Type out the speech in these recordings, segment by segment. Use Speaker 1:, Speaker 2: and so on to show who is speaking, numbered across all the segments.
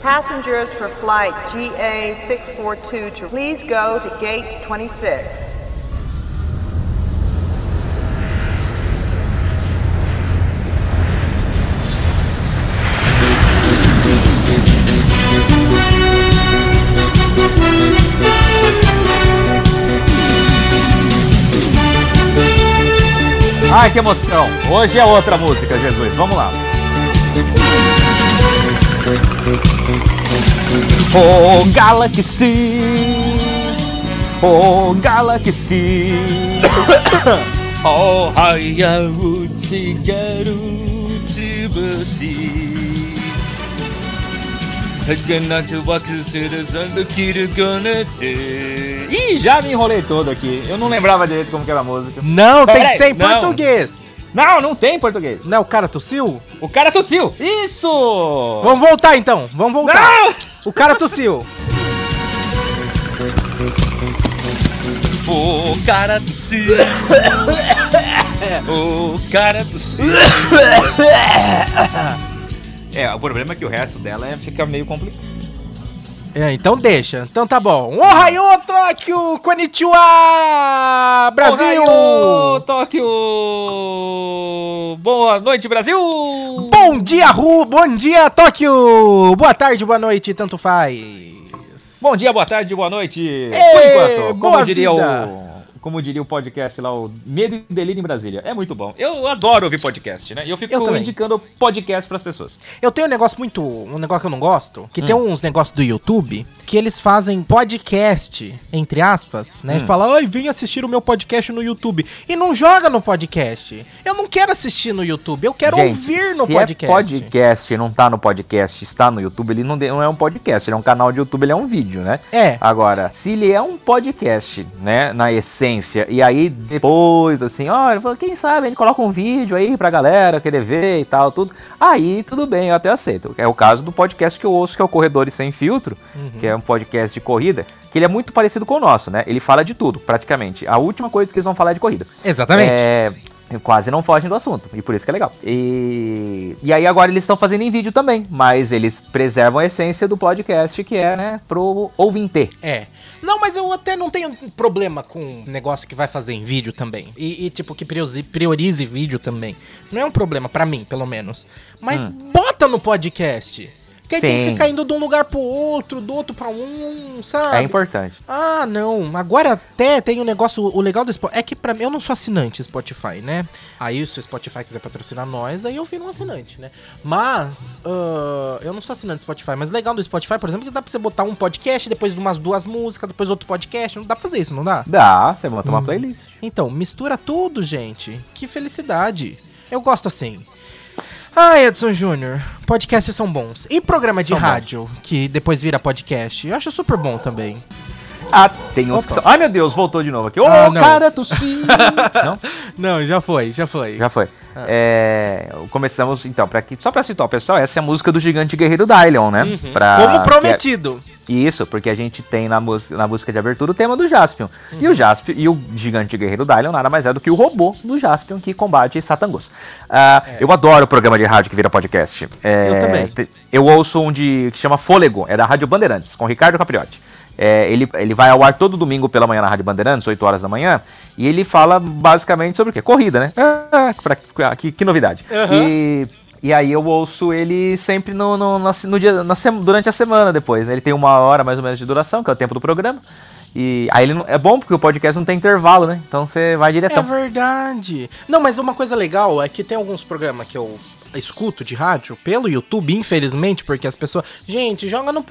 Speaker 1: Passengers for flight GA642 to please go to gate 26.
Speaker 2: Ai, que emoção! Hoje é outra música, Jesus. Vamos lá. Oh, Galaxy! Oh, Galaxy! Oh, Ih, já me enrolei todo aqui. Eu não lembrava direito como que era a música.
Speaker 3: Não, tem que
Speaker 2: Peraí,
Speaker 3: ser em
Speaker 2: não.
Speaker 3: português.
Speaker 2: Não, não tem em português.
Speaker 3: Não, o cara tossiu?
Speaker 2: O cara tossiu. Isso! Ah!
Speaker 3: Vamos voltar então, vamos voltar.
Speaker 2: Não!
Speaker 3: O cara tossiu.
Speaker 2: O cara tossiu. o cara tossiu. É, o problema é que o resto dela é, fica meio complicado.
Speaker 3: É, então deixa. Então tá bom. Ohayou, Tóquio! Konnichiwa!
Speaker 2: Um
Speaker 3: Brasil!
Speaker 2: Ohio, Tóquio! Boa noite, Brasil!
Speaker 3: Bom dia, Ru! Bom dia, Tóquio! Boa tarde, boa noite, tanto faz.
Speaker 2: Bom dia, boa tarde, boa noite.
Speaker 3: Ê,
Speaker 2: Por enquanto,
Speaker 3: boa
Speaker 2: como diria
Speaker 3: vida.
Speaker 2: o como diria o podcast lá, o Medo e Delírio em Brasília. É muito bom. Eu adoro ouvir podcast, né? E eu fico
Speaker 3: Eu também.
Speaker 2: indicando podcast pras pessoas.
Speaker 3: Eu tenho um negócio muito. Um negócio que eu não gosto. Que tem
Speaker 2: Hum.
Speaker 3: uns negócios do YouTube que eles fazem podcast, entre aspas,
Speaker 2: Hum.
Speaker 3: né? E fala, ai, vem assistir o meu podcast no YouTube. E não joga no podcast. Eu não quero assistir no YouTube, eu quero ouvir no
Speaker 2: se
Speaker 3: podcast.
Speaker 2: É podcast não tá no podcast, está no YouTube, ele não, de- não é um podcast, ele é um canal de YouTube, ele é um vídeo, né?
Speaker 3: É.
Speaker 2: Agora, se ele é um podcast, né, na essência, e aí depois, assim, ó, ele fala, quem sabe ele coloca um vídeo aí pra galera querer ver e tal, tudo, aí tudo bem, eu até aceito. É o caso do podcast que eu ouço, que é o Corredores Sem Filtro,
Speaker 3: Uhum.
Speaker 2: que é um podcast de corrida, que ele é muito parecido com o nosso, né? Ele fala de tudo, praticamente. A última coisa que eles vão falar é de corrida.
Speaker 3: Exatamente.
Speaker 2: É, quase não fogem do assunto, e por isso que é legal. E, e aí agora eles estão fazendo em vídeo também, mas eles preservam a essência do podcast, que é, né, pro ouvinte.
Speaker 3: É. Não, mas eu até não tenho problema com um negócio que vai fazer em vídeo também. E, e, tipo, que priorize, priorize vídeo também. Não é um problema pra mim, pelo menos. Mas bota no podcast. Porque aí tem que
Speaker 2: Hum. Sim.
Speaker 3: ficar indo de um lugar pro outro, do outro pra um, sabe?
Speaker 2: É importante.
Speaker 3: Ah, não. Agora até tem um negócio. O legal do Spotify. É que pra mim eu não sou assinante Spotify, né? Aí se o Spotify quiser patrocinar nós, aí eu viro um assinante, né? Mas. ah, eu não sou assinante Spotify. Mas o legal do Spotify, por exemplo, é que dá pra você botar um podcast, depois umas duas músicas, depois outro podcast. Não dá pra fazer isso, não dá?
Speaker 2: Dá, você monta uma playlist.
Speaker 3: Então, mistura tudo, gente. Que felicidade. Eu gosto assim. Ah, Edson Júnior, podcasts são bons. E programa de
Speaker 2: São bons.
Speaker 3: rádio, que depois vira podcast, eu acho super bom também.
Speaker 2: Ah, tem uns que são... Ai, meu Deus, voltou de novo aqui. Ô,
Speaker 3: Ah, não.
Speaker 2: cara, tossiu! não?
Speaker 3: Não, já foi, já foi.
Speaker 2: Já foi.
Speaker 3: Ah.
Speaker 2: É, começamos, então, pra que, só pra citar o pessoal, essa é a música do Gigante Guerreiro Dylon, né? Pra-
Speaker 3: Uhum. Como
Speaker 2: que é-
Speaker 3: prometido.
Speaker 2: Isso, porque a gente tem na, mus- na música de abertura o tema do Jaspion. E
Speaker 3: Uhum.
Speaker 2: o Jaspion e o gigante guerreiro Dylion nada mais é do que o robô do Jaspion que combate Satangos. Ah, Eu adoro o programa de rádio que vira podcast. É,
Speaker 3: É. Eu também.
Speaker 2: te- Eu ouço um de, que chama Fôlego, é da Rádio Bandeirantes, com Ricardo Capriotti. É, ele, ele vai ao ar todo domingo pela manhã na Rádio Bandeirantes, 8 horas da manhã, e ele fala basicamente sobre o quê? Corrida, né? Ah, pra- que, que novidade. E e aí eu ouço ele sempre no, no- na se- no dia, na sema- durante a semana depois. né? Ele tem uma hora mais ou menos de duração, que é o tempo do programa. E aí ele não- é bom porque o podcast não tem intervalo, né? Então você vai
Speaker 3: É
Speaker 2: diretão.
Speaker 3: verdade. Não, mas uma coisa legal é que tem alguns programas que eu escuto de rádio pelo YouTube, infelizmente, porque as pessoas. Gente, joga no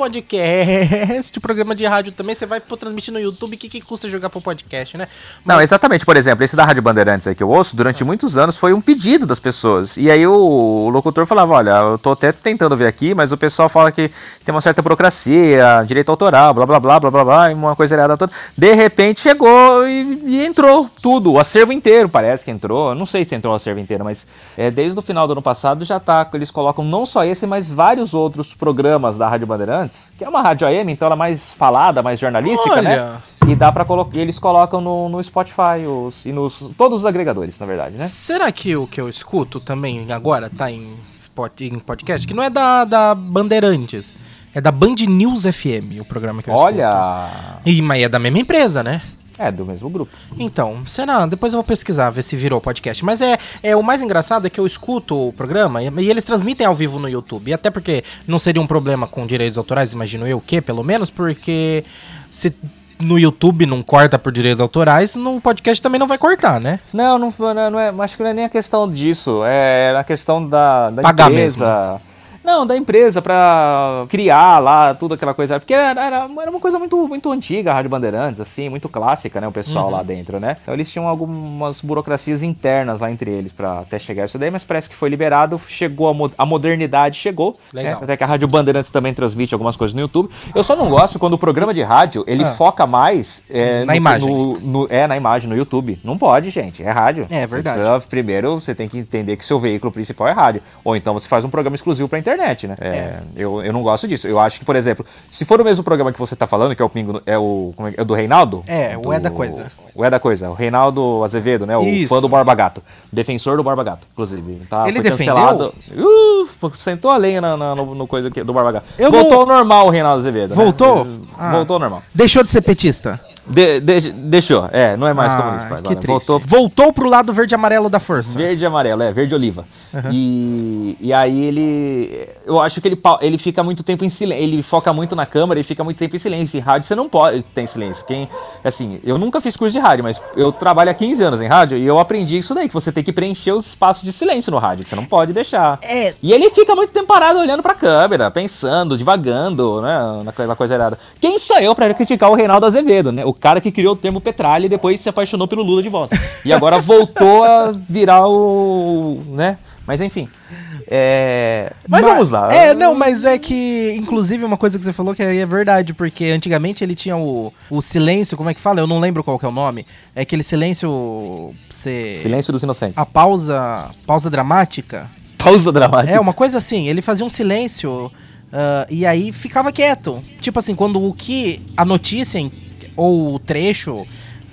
Speaker 3: podcast, programa de rádio também. Você vai pô, transmitir no YouTube. O que, que custa jogar pro podcast, né?
Speaker 2: Não, exatamente. Por exemplo, esse da Rádio Bandeirantes aí que eu ouço, durante muitos anos foi um pedido das pessoas. E aí o, o locutor falava: Olha, eu tô até tentando ver aqui, mas o pessoal fala que tem uma certa burocracia, direito autoral, blá blá blá blá blá blá, e uma coisa errada toda. De repente chegou e, e entrou tudo, o acervo inteiro parece que entrou. Eu Não sei se entrou o acervo inteiro, mas é, desde o final do ano passado já tá. Eles colocam não só esse, mas vários outros programas da Rádio Bandeirantes, que é uma rádio AM, então ela é mais falada, mais jornalística, né?
Speaker 3: Olha.
Speaker 2: E dá para colocar. Eles colocam no, no Spotify os, e nos. Todos os agregadores, na verdade, né?
Speaker 3: Será que o que eu escuto também agora tá em, spot, em podcast? Que não é da, da Bandeirantes. É da Band News FM, o programa que eu escuto.
Speaker 2: Olha!
Speaker 3: Ih, mas é da mesma empresa, né?
Speaker 2: É, do mesmo grupo.
Speaker 3: Então, será? Depois eu vou pesquisar, ver se virou podcast. Mas é, é o mais engraçado é que eu escuto o programa e, e eles transmitem ao vivo no YouTube. E até porque não seria um problema com direitos autorais, imagino eu que, pelo menos, porque se no YouTube não corta por direitos autorais, no podcast também não vai cortar, né?
Speaker 2: Não, não, foi- não, não é, acho que não é nem a questão disso. É a questão da, da
Speaker 3: Pagar
Speaker 2: empresa. Não, da empresa pra criar lá, tudo aquela coisa. Porque era, era- era uma coisa muito, muito antiga, a Rádio Bandeirantes, assim, muito clássica, né? O pessoal
Speaker 3: Uhum.
Speaker 2: lá dentro, né? Então eles tinham algumas burocracias internas lá entre eles pra até chegar isso daí, mas parece que foi liberado, chegou a, mo- a modernidade, chegou.
Speaker 3: Legal.
Speaker 2: né? Até que a Rádio Bandeirantes também transmite algumas coisas no YouTube. Eu só não gosto quando o programa de rádio, ele
Speaker 3: Ah.
Speaker 2: foca mais é,
Speaker 3: Na
Speaker 2: no-
Speaker 3: imagem.
Speaker 2: no- no- é, na imagem, no YouTube. Não pode, gente. É rádio.
Speaker 3: É,
Speaker 2: Você
Speaker 3: verdade.
Speaker 2: precisa- primeiro, você tem que entender que seu veículo principal é rádio. Ou então você faz um programa exclusivo pra internet, né? É, Eu, eu não gosto disso. Eu acho que, por exemplo, se for o mesmo programa que você tá falando, que é o Pingo... no- É o, como é, que- é o do Reinaldo?
Speaker 3: É, o
Speaker 2: Do-
Speaker 3: É da Coisa.
Speaker 2: O É da Coisa. O Reinaldo Azevedo, né? O
Speaker 3: Isso.
Speaker 2: fã do Barba Gato. Defensor do Barba Gato, inclusive. Tá,
Speaker 3: Ele
Speaker 2: foi
Speaker 3: defendeu?
Speaker 2: cancelado. Uh, sentou a lenha na, na- no, no coisa que- do Barba Gato.
Speaker 3: Eu
Speaker 2: Voltou
Speaker 3: não-
Speaker 2: ao normal o Reinaldo Azevedo. né?
Speaker 3: Voltou? Ah.
Speaker 2: Voltou ao normal.
Speaker 3: Deixou de ser petista.
Speaker 2: De- de- deixou, é, não é mais comunista.
Speaker 3: Ah, que
Speaker 2: Agora.
Speaker 3: triste.
Speaker 2: Voltou
Speaker 3: Voltou... Voltou pro lado verde e amarelo da força.
Speaker 2: verde e amarelo, é, verde oliva. E, e aí ele. Eu acho que ele, pau- ele fica muito tempo em silêncio. Ele foca muito na câmera e fica muito tempo em silêncio. Em rádio você não pode ter silêncio. Quem, assim, eu nunca fiz curso de rádio, mas eu trabalho há 15 anos em rádio e eu aprendi isso daí, que você tem que preencher os espaços de silêncio no rádio, que você não pode deixar.
Speaker 3: É.
Speaker 2: E ele fica muito tempo parado olhando pra câmera, pensando, divagando, né? Naquela coisa errada. Quem sou eu pra criticar o Reinaldo Azevedo, né? O cara que criou o termo petralha e depois se apaixonou pelo Lula de volta. E agora voltou a virar o. né? Mas enfim. É... Mas, vamos lá.
Speaker 3: É, não, mas é que, inclusive, uma coisa que você falou que aí é verdade, porque antigamente ele tinha o, o silêncio, como é que fala? Eu não lembro qual que é o nome. É aquele silêncio. Você.
Speaker 2: Silêncio dos Inocentes.
Speaker 3: A pausa. Pausa dramática.
Speaker 2: pausa dramática.
Speaker 3: É, uma coisa assim, ele fazia um silêncio ah, e aí ficava quieto. Tipo assim, quando o que a notícia em- ou o trecho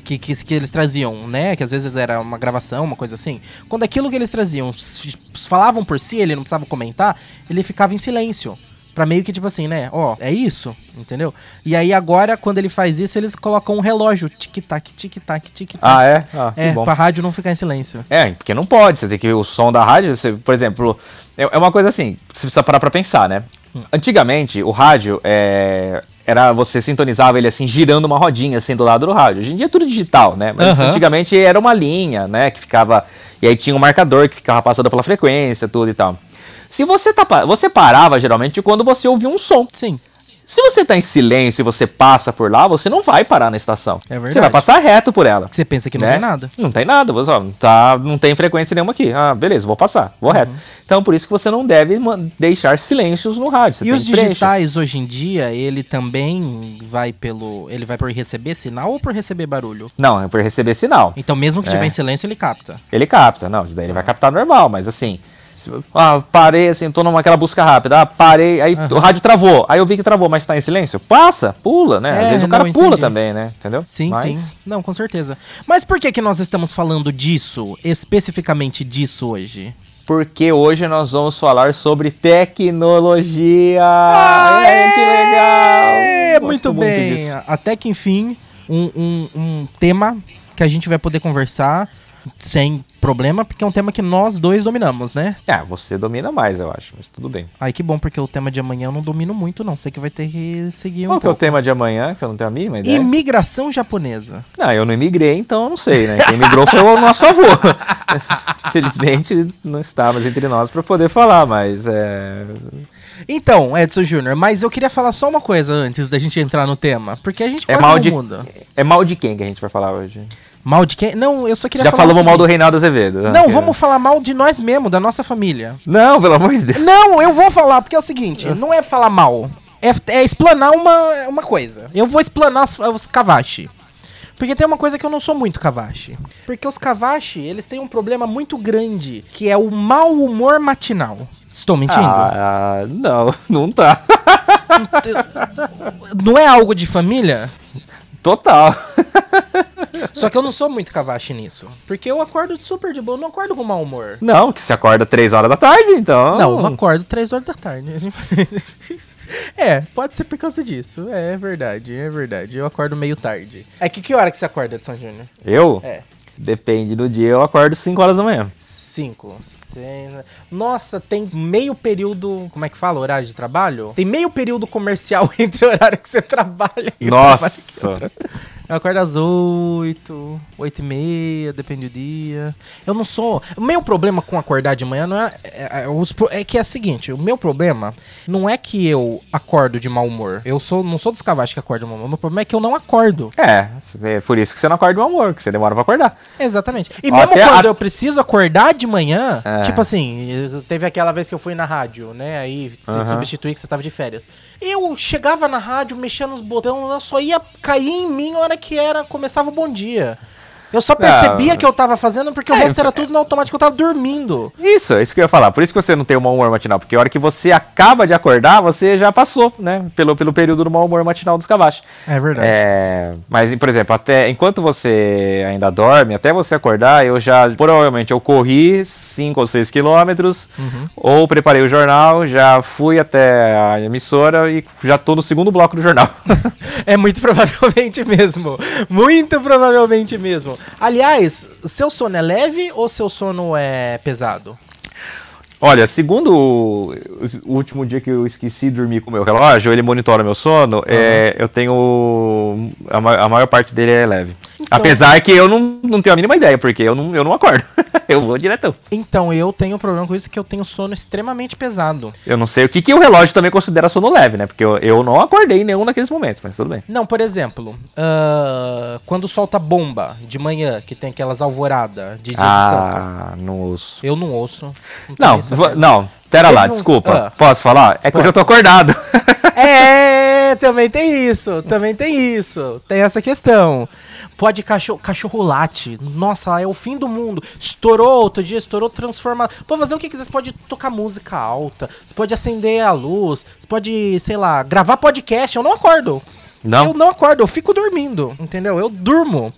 Speaker 3: que, que, que eles traziam, né? Que às vezes era uma gravação, uma coisa assim. Quando aquilo que eles traziam s- s- falavam por si, ele não precisava comentar, ele ficava em silêncio. Pra meio que tipo assim, né? Ó, é isso, entendeu? E aí agora, quando ele faz isso, eles colocam um relógio. Tic-tac, tic-tac, tic-tac.
Speaker 2: Ah, é? Ah, que
Speaker 3: é,
Speaker 2: bom.
Speaker 3: pra rádio não ficar em silêncio.
Speaker 2: É, porque não pode, você tem que o som da rádio, você- por exemplo, é, é uma coisa assim, você precisa parar pra pensar, né? Antigamente, o rádio é, era você sintonizava ele assim, girando uma rodinha assim do lado do rádio. Hoje em dia é tudo digital, né? Mas
Speaker 3: Aham.
Speaker 2: antigamente era uma linha, né, que ficava e aí tinha um marcador que ficava passando pela frequência, tudo e tal. Se você tá pa- você parava geralmente quando você ouvia um som.
Speaker 3: Sim.
Speaker 2: Se você tá em silêncio e você passa por lá, você não vai parar na estação.
Speaker 3: É
Speaker 2: Você
Speaker 3: verdade.
Speaker 2: vai passar reto por ela.
Speaker 3: Você pensa que não
Speaker 2: Né?
Speaker 3: tem nada.
Speaker 2: Não tem nada, você, ó, tá, não tem frequência nenhuma aqui. Ah, beleza, vou passar, vou
Speaker 3: Uhum.
Speaker 2: reto. Então por isso que você não deve man- deixar silêncios no rádio. Você
Speaker 3: E
Speaker 2: tem
Speaker 3: os
Speaker 2: que preencher.
Speaker 3: digitais hoje em dia, ele também vai pelo. Ele vai por receber sinal ou por receber barulho?
Speaker 2: Não, é por receber sinal.
Speaker 3: Então, mesmo que
Speaker 2: É.
Speaker 3: estiver em silêncio, ele capta.
Speaker 2: Ele capta, não, isso daí ele vai captar normal, mas assim. se- Ah, parei, assim, tô numa aquela busca rápida. Ah, parei, aí o rádio travou. Aí eu vi que travou, mas tá em silêncio. Passa, pula, né?
Speaker 3: É,
Speaker 2: Às vezes o
Speaker 3: não,
Speaker 2: cara pula
Speaker 3: entendi.
Speaker 2: também, né? Entendeu?
Speaker 3: Sim,
Speaker 2: Mas-
Speaker 3: sim. Não, com certeza. Mas por que que nós estamos falando disso, especificamente disso hoje?
Speaker 2: porque hoje nós vamos falar sobre tecnologia. Ai, que legal!
Speaker 3: É,
Speaker 2: Gosto
Speaker 3: muito bem.
Speaker 2: disso.
Speaker 3: Até que enfim, um, um, um tema que a gente vai poder conversar sem problema, porque é um tema que nós dois dominamos, né?
Speaker 2: Ah, você domina mais, eu acho, mas tudo bem.
Speaker 3: Ai, que bom, porque o tema de amanhã eu não domino muito, não. Sei que vai ter que seguir um
Speaker 2: Qual que é o
Speaker 3: pouco.
Speaker 2: tema de amanhã, que eu não tenho a mínima ideia?
Speaker 3: Imigração japonesa.
Speaker 2: Não, eu não imigrei, então eu não sei, né? Quem migrou foi o nosso avô. Felizmente não está mais entre nós para poder falar, mas é.
Speaker 3: Então, Edson Júnior, mas eu queria falar só uma coisa antes da gente entrar no tema, porque a gente
Speaker 2: É
Speaker 3: quase
Speaker 2: mal
Speaker 3: não
Speaker 2: de.
Speaker 3: muda.
Speaker 2: É mal de quem que a gente vai falar hoje?
Speaker 3: Mal de quem? Não, eu só queria
Speaker 2: Já
Speaker 3: falar
Speaker 2: falamos
Speaker 3: o
Speaker 2: mal do
Speaker 3: seguinte.
Speaker 2: Reinaldo Azevedo. né?
Speaker 3: Não, vamos falar mal de nós mesmo, da nossa família.
Speaker 2: Não, pelo amor de Deus.
Speaker 3: Não, eu vou falar, porque é o seguinte, não é falar mal, é, é explanar uma, uma coisa. Eu vou explanar os, os Kavashi. Porque tem uma coisa que eu não sou muito Kavashi. Porque os Kavashi, eles têm um problema muito grande, que é o mau humor matinal. Estou mentindo?
Speaker 2: Ah, ah, não, não tá.
Speaker 3: Não é algo de família?
Speaker 2: Total.
Speaker 3: Só que eu não sou muito cavache nisso. Porque eu acordo super de boa, eu não acordo com mau humor.
Speaker 2: Não, que se acorda 3 horas da tarde, então.
Speaker 3: Não, eu acordo 3 horas da tarde. é, pode ser por causa disso. É, é verdade, é verdade. Eu acordo meio tarde. É que que hora que você acorda, Edson Júnior?
Speaker 2: Eu?
Speaker 3: É.
Speaker 2: Depende do dia, eu acordo 5 horas da manhã.
Speaker 3: 5, 6. Nossa, tem meio período. Como é que fala? Horário de trabalho? Tem meio período comercial entre o horário que você trabalha e o
Speaker 2: Nossa.
Speaker 3: trabalho que eu tra- Eu acordo às 8, 8 e meia, depende do dia. Eu não sou. O meu problema com acordar de manhã não é. É, é- os pro- é que é o seguinte: o meu problema não é que eu acordo de mau humor. Eu sou, não sou dos cavalos que acordam de mau humor. O meu problema é que eu não acordo.
Speaker 2: É, é por isso que você não acorda de mau humor, que você demora pra acordar.
Speaker 3: Exatamente. E
Speaker 2: Ó,
Speaker 3: mesmo
Speaker 2: até
Speaker 3: quando
Speaker 2: a-
Speaker 3: eu preciso acordar de manhã,
Speaker 2: É.
Speaker 3: tipo assim, eu- teve aquela vez que eu fui na rádio, né? Aí se
Speaker 2: Aham.
Speaker 3: substituí que você tava de férias. Eu chegava na rádio, mexia nos botões, ela só ia cair em mim a hora que era, começava o bom dia. Eu
Speaker 2: É.
Speaker 3: só percebia que eu tava fazendo porque o resto era tudo no automático, eu tava dormindo.
Speaker 2: Isso, é isso que eu ia falar. Por isso que você não tem o mau humor matinal, porque a hora que você acaba de acordar, você já passou, né? Pelo, pelo período do mau humor matinal dos cavachos.
Speaker 3: É verdade.
Speaker 2: É, mas, por exemplo, até enquanto você ainda dorme, até você acordar, eu já, provavelmente, eu corri 5 ou 6 quilômetros,
Speaker 3: Uhum.
Speaker 2: ou preparei o jornal, já fui até a emissora e já tô no segundo bloco do jornal.
Speaker 3: É muito provavelmente mesmo. Muito provavelmente mesmo. Aliás, seu sono é leve ou seu sono é pesado?
Speaker 2: Olha, segundo o o último dia que eu esqueci de dormir com o meu relógio, ele monitora meu sono, é, eu tenho. A, ma- a maior parte dele é leve. Apesar que eu não, não tenho a mínima ideia, porque eu não, eu não acordo. eu vou diretão.
Speaker 3: Então, eu tenho um problema com isso que eu tenho sono extremamente pesado.
Speaker 2: Eu não sei o que, que o relógio também considera sono leve, né? Porque eu, eu não acordei em nenhum daqueles momentos, mas tudo bem.
Speaker 3: Não, por exemplo, ah, quando solta bomba de manhã, que tem aquelas alvorada de dia de santo.
Speaker 2: Ah, não ouço.
Speaker 3: Eu não ouço.
Speaker 2: Não,
Speaker 3: tenho essa
Speaker 2: vou-
Speaker 3: pele.
Speaker 2: não, pera
Speaker 3: Teve
Speaker 2: lá,
Speaker 3: um-
Speaker 2: desculpa.
Speaker 3: Ah.
Speaker 2: Posso falar? É que eu já tô acordado.
Speaker 3: É, também tem isso, também tem isso. Tem essa questão. Pode cachorro, cachorro late. Nossa, é o fim do mundo. Estourou outro dia, estourou, transforma. Pode fazer o que quiser, você pode tocar música alta, você pode acender a luz, você pode, sei lá, gravar podcast. Eu não acordo.
Speaker 2: Não?
Speaker 3: Eu não acordo, eu fico dormindo, entendeu? Eu durmo.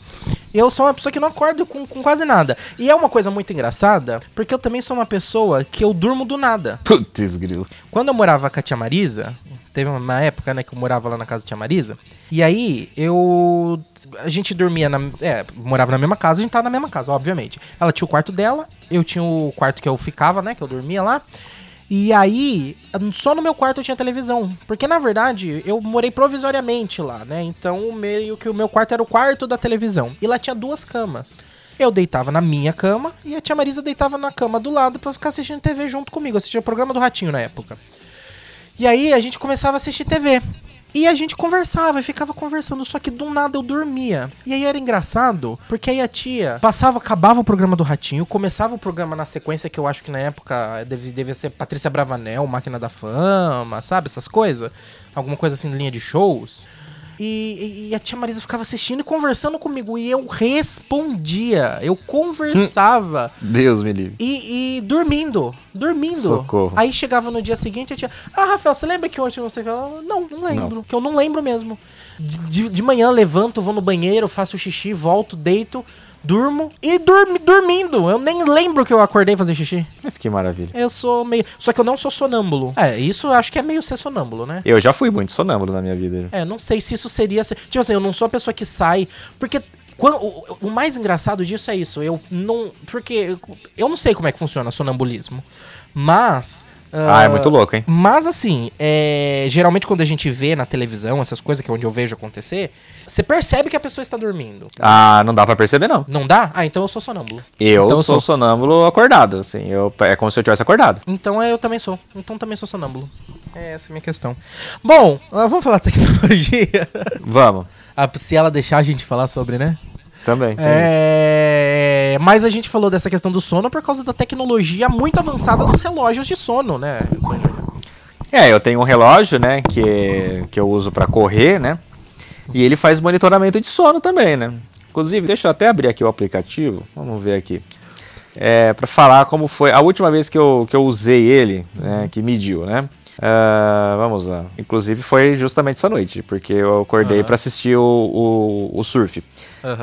Speaker 3: Eu sou uma pessoa que não acordo com, com quase nada. E é uma coisa muito engraçada, porque eu também sou uma pessoa que eu durmo do nada.
Speaker 2: Putz, grilo.
Speaker 3: Quando eu morava com a tia Marisa, teve uma época, né, que eu morava lá na casa da tia Marisa, e aí eu. A gente dormia na. É, morava na mesma casa, a gente tava na mesma casa, obviamente. Ela tinha o quarto dela, eu tinha o quarto que eu ficava, né, que eu dormia lá. E aí, só no meu quarto eu tinha televisão. Porque, na verdade, eu morei provisoriamente lá, né? Então, meio que o meu quarto era o quarto da televisão. E lá tinha duas camas. Eu deitava na minha cama e a tia Marisa deitava na cama do lado pra ficar assistindo TV junto comigo. Eu Assistia o programa do Ratinho na época. E aí a gente começava a assistir TV. E a gente conversava e ficava conversando, só que do nada eu dormia. E aí era engraçado, porque aí a tia passava, acabava o programa do Ratinho, começava o programa na sequência que eu acho que na época deve- devia ser Patrícia Bravanel, Máquina da Fama, sabe? Essas coisas. Alguma coisa assim, linha de shows. E, e- e a tia Marisa ficava assistindo e conversando comigo. E eu respondia. Eu conversava.
Speaker 2: Deus me livre.
Speaker 3: E, e dormindo, dormindo.
Speaker 2: Socorro.
Speaker 3: Aí chegava no dia seguinte, a tia. Ah, Rafael, você lembra que ontem não sei o que? Ela, não, não lembro. Que eu não lembro mesmo. De, de, de manhã levanto, vou no banheiro, faço xixi, volto, deito, durmo e dormi, dormindo. Eu nem lembro que eu acordei fazer xixi.
Speaker 2: Mas que maravilha.
Speaker 3: Eu sou meio. Só que eu não sou sonâmbulo. É, isso eu acho que é meio ser sonâmbulo, né?
Speaker 2: Eu já fui muito sonâmbulo na minha vida. né?
Speaker 3: É, não sei se isso seria. se- Tipo assim, eu não sou a pessoa que sai. Porque. quan- o, o mais engraçado disso é isso. Eu não. Porque. Eu não sei como é que funciona sonambulismo. Mas.
Speaker 2: Ah, é muito louco, hein?
Speaker 3: Mas assim, é, geralmente quando a gente vê na televisão essas coisas que é onde eu vejo acontecer, você percebe que a pessoa está dormindo.
Speaker 2: Ah, não dá pra perceber, não.
Speaker 3: Não dá? Ah, então eu sou sonâmbulo.
Speaker 2: Eu
Speaker 3: Então eu
Speaker 2: sou
Speaker 3: sou-
Speaker 2: sonâmbulo acordado, assim. Eu, é como se eu tivesse acordado.
Speaker 3: Então é, eu também sou. Então também sou sonâmbulo. É essa a minha questão. Bom, ah, vamos falar tecnologia.
Speaker 2: Vamos.
Speaker 3: Ah, se ela deixar a gente falar sobre, né?
Speaker 2: Também tem isso.
Speaker 3: É, mas a gente falou dessa questão do sono por causa da tecnologia muito avançada dos relógios de sono, né?
Speaker 2: É, eu tenho um relógio, né, que, que eu uso pra correr, né? E ele faz monitoramento de sono também, né? Inclusive, deixa eu até abrir aqui o aplicativo. Vamos ver aqui. É, para falar como foi a última vez que eu, que eu usei ele, né, que mediu, né? Ah, vamos lá. Inclusive foi justamente essa noite, porque eu acordei pra assistir o, o, o surf.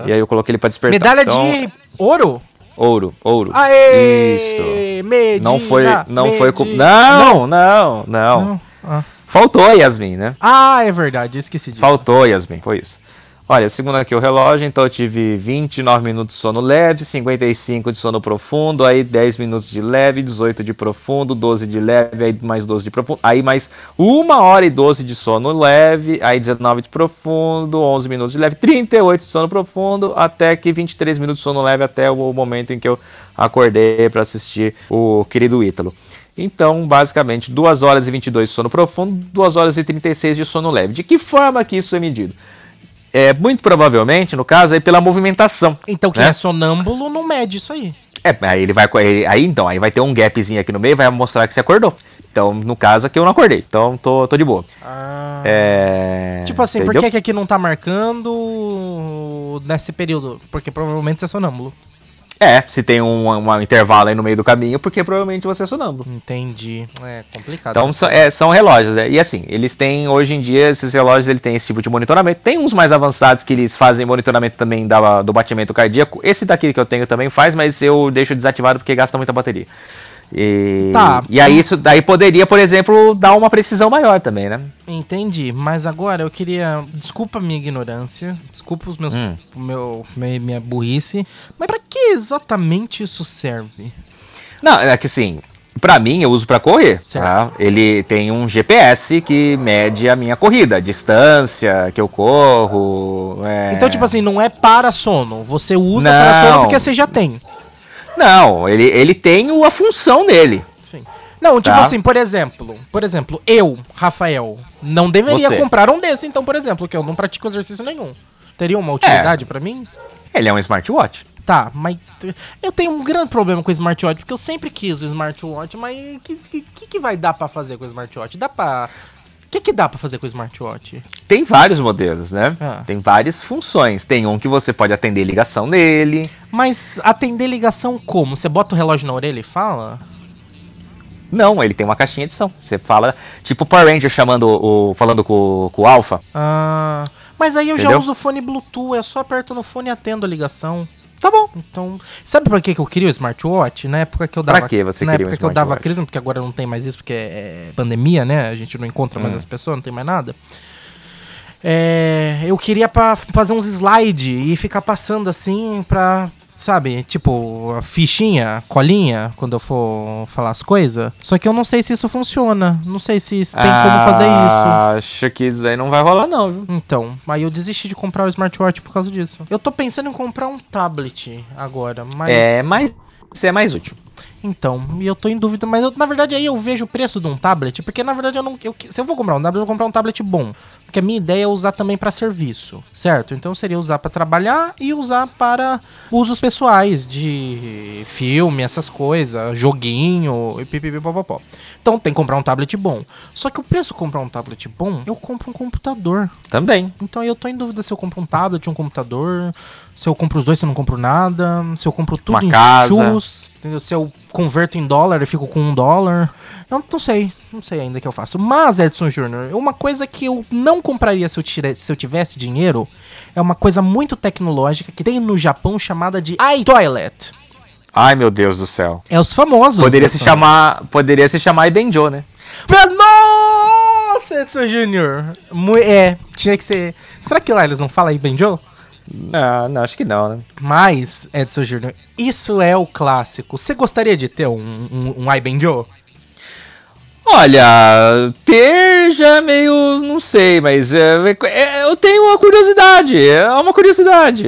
Speaker 2: E aí eu coloquei ele pra despertar.
Speaker 3: Medalha
Speaker 2: Então,
Speaker 3: de ouro?
Speaker 2: Ouro, ouro. Isso.
Speaker 3: Aê! Medina,
Speaker 2: Não foi, não foi com...
Speaker 3: Medina.
Speaker 2: Não, não, não.
Speaker 3: Não? Ah.
Speaker 2: Faltou a Yasmin, né?
Speaker 3: Ah, é verdade, eu esqueci disso.
Speaker 2: Faltou, Yasmin, foi isso. Olha, segundo aqui o relógio, então eu tive 29 minutos de sono leve, 55 de sono profundo, aí 10 minutos de leve, 18 de profundo, 12 de leve, aí mais 12 de profundo, aí mais 1 hora e 12 de sono leve, aí 19 de profundo, 11 minutos de leve, 38 de sono profundo, até que 23 minutos de sono leve, até o momento em que eu acordei para assistir o querido Ítalo. Então, basicamente, 2 horas e 22 de sono profundo, 2 horas e 36 de sono leve. De que forma que isso é medido? É, muito provavelmente, no caso, é pela movimentação.
Speaker 3: Então quem
Speaker 2: né?
Speaker 3: é sonâmbulo não mede isso aí.
Speaker 2: É, aí ele vai. co- ele- Aí então, aí vai ter um gapzinho aqui no meio, vai mostrar que você acordou. Então, no caso aqui eu não acordei, então tô, tô de boa.
Speaker 3: Ah...
Speaker 2: É,
Speaker 3: Tipo assim,
Speaker 2: entendeu?
Speaker 3: por que, que aqui não tá marcando nesse período? Porque provavelmente você é sonâmbulo.
Speaker 2: É, se tem um, um intervalo aí no meio do caminho, porque provavelmente você é sonâmbulo.
Speaker 3: Entendi. É complicado.
Speaker 2: Então
Speaker 3: Essas
Speaker 2: são, é, são relógios, né? E assim, eles têm, hoje em dia, esses relógios ele tem esse tipo de monitoramento. Tem uns mais avançados que eles fazem monitoramento também da- do batimento cardíaco. Esse daqui que eu tenho também faz, mas eu deixo desativado porque gasta muita bateria. E,
Speaker 3: Tá.
Speaker 2: e aí isso daí poderia, por exemplo, dar uma precisão maior também, né?
Speaker 3: Entendi, mas agora eu queria. Desculpa a minha ignorância, desculpa os meus,
Speaker 2: Hum.
Speaker 3: o meu, minha, minha burrice, mas pra que exatamente isso serve?
Speaker 2: Não, é que assim, pra mim eu uso pra correr.
Speaker 3: Certo.
Speaker 2: tá? Ele tem um GPS que mede a minha corrida, a distância que eu corro. é,
Speaker 3: Então, tipo assim, não é para sono, você usa
Speaker 2: Não.
Speaker 3: para sono porque você já tem. assim-
Speaker 2: Não, ele, ele tem o- a função dele.
Speaker 3: Sim. Não, tipo
Speaker 2: Tá.
Speaker 3: assim, por exemplo, por exemplo, eu, Rafael, não deveria
Speaker 2: Você.
Speaker 3: comprar um desse, então, por exemplo, que eu não pratico exercício nenhum. Teria uma utilidade pra mim?
Speaker 2: Ele é um smartwatch.
Speaker 3: Tá, mas t- eu tenho um grande problema com o smartwatch, porque eu sempre quis o smartwatch, mas o que, que, que que vai dar pra fazer com o smartwatch? Dá pra. O que, que dá pra fazer com o smartwatch?
Speaker 2: Tem vários modelos, né?
Speaker 3: Ah.
Speaker 2: Tem várias funções. Tem um que você pode atender ligação nele.
Speaker 3: Mas atender ligação como? Você bota o relógio na orelha e fala?
Speaker 2: Não, ele tem uma caixinha de som. Você fala, tipo o Power Ranger chamando o, falando com, o- com o Alpha.
Speaker 3: Ah. Mas aí eu já
Speaker 2: Entendeu?
Speaker 3: uso o fone Bluetooth, eu só aperto no fone e atendo a ligação.
Speaker 2: Tá bom.
Speaker 3: Então, sabe pra que que eu queria o smartwatch? Na época que eu dava.
Speaker 2: Pra que você
Speaker 3: na
Speaker 2: queria
Speaker 3: época
Speaker 2: um
Speaker 3: que eu dava
Speaker 2: smartwatch?
Speaker 3: crise, porque agora não tem mais isso, porque é pandemia, né? A gente não encontra
Speaker 2: Hum.
Speaker 3: mais as pessoas, não tem mais nada. É, eu queria pra fazer uns slides e ficar passando assim pra. Sabe, tipo, a fichinha, colinha, quando eu for falar as coisas. Só que eu não sei se isso funciona. Não sei se isso- tem como fazer
Speaker 2: Ah,
Speaker 3: isso.
Speaker 2: Acho que isso aí não vai rolar, não, viu?
Speaker 3: Então, aí eu desisti de comprar o smartwatch por causa disso. Eu tô pensando em comprar um tablet agora, mas.
Speaker 2: É, mas isso é mais útil.
Speaker 3: Então, e eu tô em dúvida, mas eu, na verdade aí eu vejo o preço de um tablet, porque na verdade eu não. eu que- se eu vou comprar um tablet, eu vou comprar um tablet bom. Porque a minha ideia é usar também pra serviço, certo? Então seria usar pra trabalhar e usar para usos pessoais de filme, essas coisas, joguinho e pipipipopopó. Então tem que comprar um tablet bom. Só que o preço de comprar um tablet bom, eu compro um computador.
Speaker 2: Também.
Speaker 3: Então eu tô em dúvida se eu compro um tablet, um computador, se eu compro os dois, se eu não compro nada, se eu compro tudo
Speaker 2: Uma
Speaker 3: em
Speaker 2: casa.
Speaker 3: shoes, entendeu? se eu converto em dólar e fico com um dólar. Eu não sei, não sei ainda o que eu faço. Mas, Edson Júnior, uma coisa que eu não compraria se eu, tire- se eu tivesse dinheiro é uma coisa muito tecnológica que tem no Japão chamada de iToilet.
Speaker 2: Ai, meu Deus do céu.
Speaker 3: É os famosos.
Speaker 2: Poderia se
Speaker 3: Edson.
Speaker 2: chamar, poderia se chamar Ibenjo, né?
Speaker 3: Pra- Nossa, Edson Júnior! Mu- É, tinha que ser. Será que lá eles não falam aí Benjo?
Speaker 2: Não, não, acho que não, né?
Speaker 3: Mas, Edson Júnior, isso é o clássico. Você gostaria de ter um, um, um iBenjo?
Speaker 2: Olha, ter já é meio. não sei, mas é, é, eu tenho uma curiosidade. É uma curiosidade.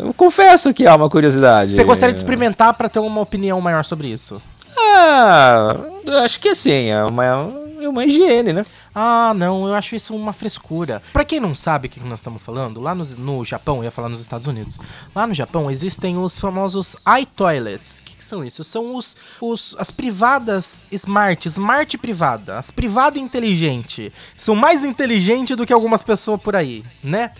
Speaker 2: Eu confesso que há uma curiosidade.
Speaker 3: Você gostaria de experimentar pra ter uma opinião maior sobre isso?
Speaker 2: Ah, eu acho que assim, é uma, é uma higiene, né?
Speaker 3: Ah, não, eu acho isso uma frescura. Pra quem não sabe o que que nós estamos falando, lá nos- no, Japão, eu ia falar nos Estados Unidos, lá no Japão existem os famosos iToilets. O que, que são isso? São os, os- as privadas smart, smart privada, as privada inteligente. São mais inteligentes do que algumas pessoas por aí, né?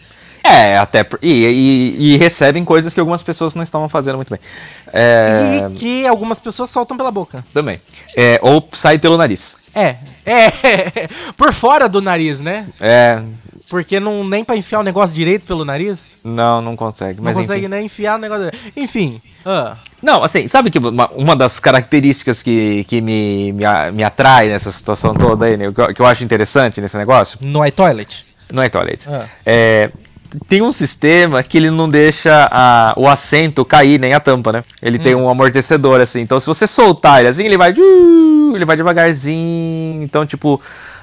Speaker 2: É, até. por- E, e- e recebem coisas que algumas pessoas não estavam fazendo muito bem. É,
Speaker 3: E que algumas pessoas soltam pela boca.
Speaker 2: Também. É, ou sai pelo nariz.
Speaker 3: É, é. Por fora do nariz, né?
Speaker 2: É,
Speaker 3: Porque não, nem pra enfiar o negócio direito pelo nariz.
Speaker 2: não, não consegue.
Speaker 3: Não
Speaker 2: mas
Speaker 3: consegue
Speaker 2: enfim.
Speaker 3: nem enfiar o negócio. Enfim. ah,
Speaker 2: Não, assim, sabe que uma, uma das características que, que me, me, a- me atrai nessa situação toda aí, né, que eu- que eu acho interessante nesse negócio?
Speaker 3: no iToilet?
Speaker 2: Não é toilet.
Speaker 3: Ah.
Speaker 2: É, tem um sistema que ele não deixa a- o assento cair nem a tampa, né? Ele tem um amortecedor assim. Então, se você soltar ele assim, ele vai, uh, ele vai devagarzinho. Então, tipo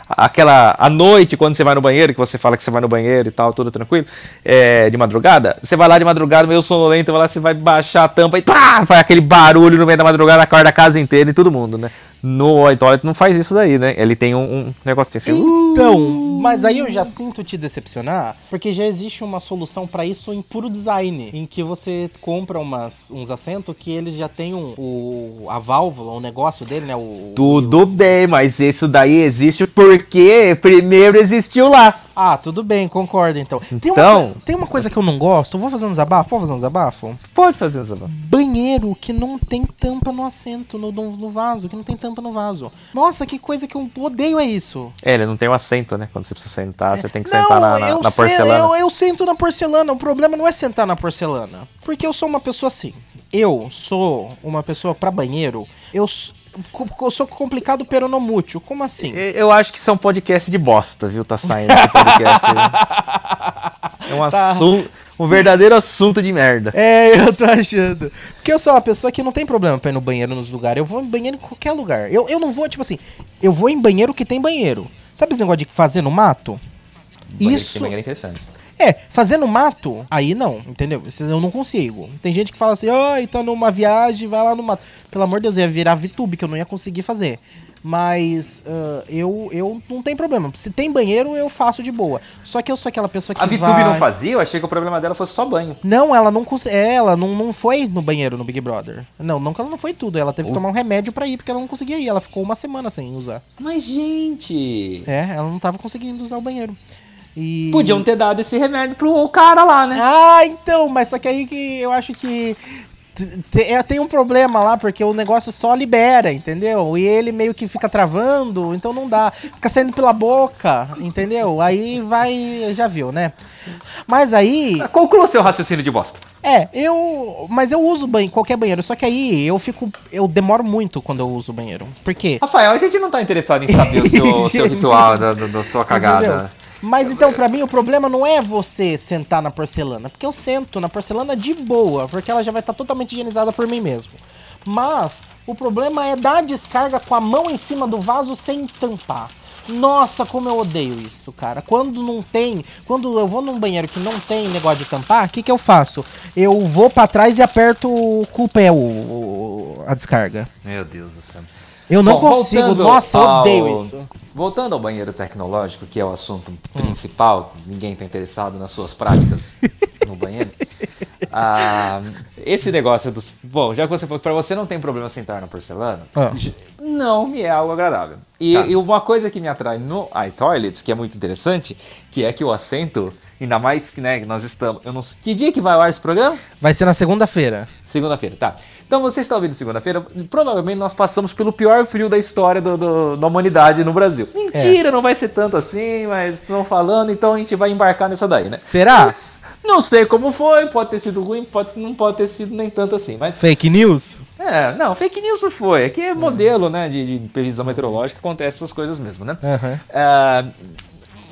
Speaker 2: aquela à noite quando você vai no banheiro que você fala que você vai no banheiro e tal tudo tranquilo é, de madrugada você vai lá de madrugada meio sonolento vai lá você vai baixar a tampa e pá, faz aquele barulho no meio da madrugada acorda a casa inteira e todo mundo né no toilet não faz isso daí né ele tem um, um negócio assim uh,
Speaker 3: Então, mas aí eu já sinto te decepcionar, porque já existe uma solução pra isso em puro design, em que você compra umas, uns assentos que eles já têm um, o, a válvula, o negócio dele, né? O,
Speaker 2: Tudo bem, mas isso daí existe porque primeiro existiu lá.
Speaker 3: Ah, tudo bem, concordo então. Tem uma,
Speaker 2: Então-
Speaker 3: coisa- tem uma coisa que eu não gosto, eu vou fazer um desabafo, posso fazer um desabafo?
Speaker 2: Pode fazer isso. Lu.
Speaker 3: Banheiro que não tem tampa no assento, no, no no vaso, que não tem tampa no vaso. Nossa, que coisa que eu odeio é isso.
Speaker 2: É, ele não tem um assento, né? Quando você precisa sentar, você tem que
Speaker 3: Não,
Speaker 2: sentar na, na-
Speaker 3: eu
Speaker 2: na
Speaker 3: sei,
Speaker 2: porcelana.
Speaker 3: eu, eu sento na porcelana. O problema não é sentar na porcelana. Porque eu sou uma pessoa assim. Eu sou uma pessoa pra banheiro. Eu, s- co- co- eu sou complicado peronomútil. Como assim?
Speaker 2: Eu, acho que isso é um podcast de bosta, viu? Tá saindo esse podcast. aí. é um
Speaker 3: Tá.
Speaker 2: assunto. Um verdadeiro assunto de merda.
Speaker 3: É, eu tô achando. Porque eu sou uma pessoa que não tem problema pra ir no banheiro nos lugares. Eu vou em banheiro em qualquer lugar. Eu, eu não vou, tipo assim, eu vou em banheiro que tem banheiro. Sabe esse negócio de fazer no mato? Isso.
Speaker 2: É interessante.
Speaker 3: É, fazendo mato, aí não, entendeu? Isso Eu não consigo. Tem gente que fala assim, ah, então numa viagem, vai lá no mato. Pelo amor de Deus, eu ia virar VTube, que eu não ia conseguir fazer. Mas ah, eu, eu não tem problema. Se tem banheiro, eu faço de boa. Só que eu sou aquela pessoa que
Speaker 2: A Vitube
Speaker 3: vai...
Speaker 2: não fazia? Eu achei que o problema dela fosse só banho.
Speaker 3: Não, ela não conseguiu. Ela não, não foi no banheiro no Big Brother. Não, não que ela não foi em tudo. Ela teve que tomar um remédio pra ir, porque ela não conseguia ir. Ela ficou uma semana sem usar.
Speaker 2: Mas, gente.
Speaker 3: É, ela não tava conseguindo usar o banheiro. E.
Speaker 2: Podiam ter dado esse remédio pro cara lá, né?
Speaker 3: Ah, então, mas só que aí que eu acho que. t- te- é, Tem um problema lá, porque o negócio só libera, entendeu? E ele meio que fica travando, então não dá. Fica saindo pela boca, entendeu? Aí vai. Já viu, né? Mas aí.
Speaker 2: Conclua seu raciocínio de bosta.
Speaker 3: É, eu. Mas eu uso banhe- qualquer banheiro, só que aí eu fico. Eu demoro muito quando eu uso o banheiro. Por quê?
Speaker 2: Rafael, a gente não tá interessado em saber o seu, o seu ritual da, da- da sua
Speaker 3: Entendeu?
Speaker 2: cagada.
Speaker 3: Mas então, pra mim, o problema não é você sentar na porcelana. Porque eu sento na porcelana de boa, porque ela já vai estar totalmente higienizada por mim mesmo. Mas o problema é dar a descarga com a mão em cima do vaso sem tampar. Nossa, como eu odeio isso, cara. Quando não tem, quando eu vou num banheiro que não tem negócio de tampar, o que, que eu faço? Eu vou pra trás e aperto com o pé o- o- a descarga.
Speaker 2: Meu Deus do céu.
Speaker 3: Eu não consigo. Nossa, eu odeio isso.
Speaker 2: Voltando ao banheiro tecnológico, que é o assunto principal, ninguém tá interessado nas suas práticas no banheiro. Ah, esse negócio dos. Bom, já que você falou que pra você não tem problema sentar na porcelana,
Speaker 3: Ah.
Speaker 2: j- não me é algo agradável. E, e uma coisa que me atrai no iToilets, que é muito interessante, que é que o assento, ainda mais que né, que nós estamos. Eu não sei. Que dia que vai ao ar esse programa?
Speaker 3: Vai ser na segunda-feira.
Speaker 2: Segunda-feira, tá. Então você está ouvindo segunda-feira, provavelmente nós passamos pelo pior frio da história do- do- da humanidade no Brasil.
Speaker 3: É.
Speaker 2: Mentira, não vai ser tanto assim, mas estão falando, então a gente vai embarcar nessa daí, né?
Speaker 3: Será?
Speaker 2: Mas Não sei como foi, pode ter sido ruim, pode, não pode ter sido nem tanto assim, mas.
Speaker 3: Fake news?
Speaker 2: É, não, fake news não foi. Aqui é
Speaker 3: Uhum.
Speaker 2: modelo, né, de, de previsão meteorológica, acontece essas coisas mesmo, né?
Speaker 3: Aham.
Speaker 2: Ah,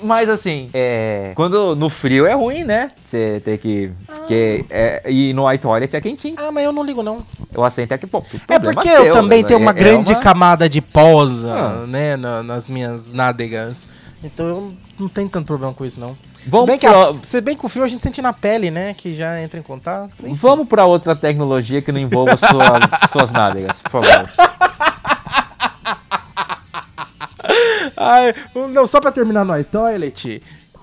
Speaker 2: mas assim, é, quando no frio é ruim, né? Você tem que. que é, e no iToilet é quentinho.
Speaker 3: Ah, mas eu não ligo, não.
Speaker 2: Eu aceito é que, pô,
Speaker 3: É
Speaker 2: problema
Speaker 3: porque
Speaker 2: seu,
Speaker 3: eu também
Speaker 2: mas
Speaker 3: tenho
Speaker 2: é-
Speaker 3: uma
Speaker 2: é
Speaker 3: grande
Speaker 2: uma-
Speaker 3: camada de posa,
Speaker 2: Ah.
Speaker 3: né, na- nas minhas nádegas. Então eu não tenho tanto problema com isso, não. se,
Speaker 2: Vamos
Speaker 3: bem que a-
Speaker 2: pro-
Speaker 3: se bem que o frio a gente sente na pele, né, que já entra em contato. Enfim.
Speaker 2: Vamos pra outra tecnologia que não envolva sua- suas nádegas, por favor.
Speaker 3: Ai, não, só pra terminar no iToilet.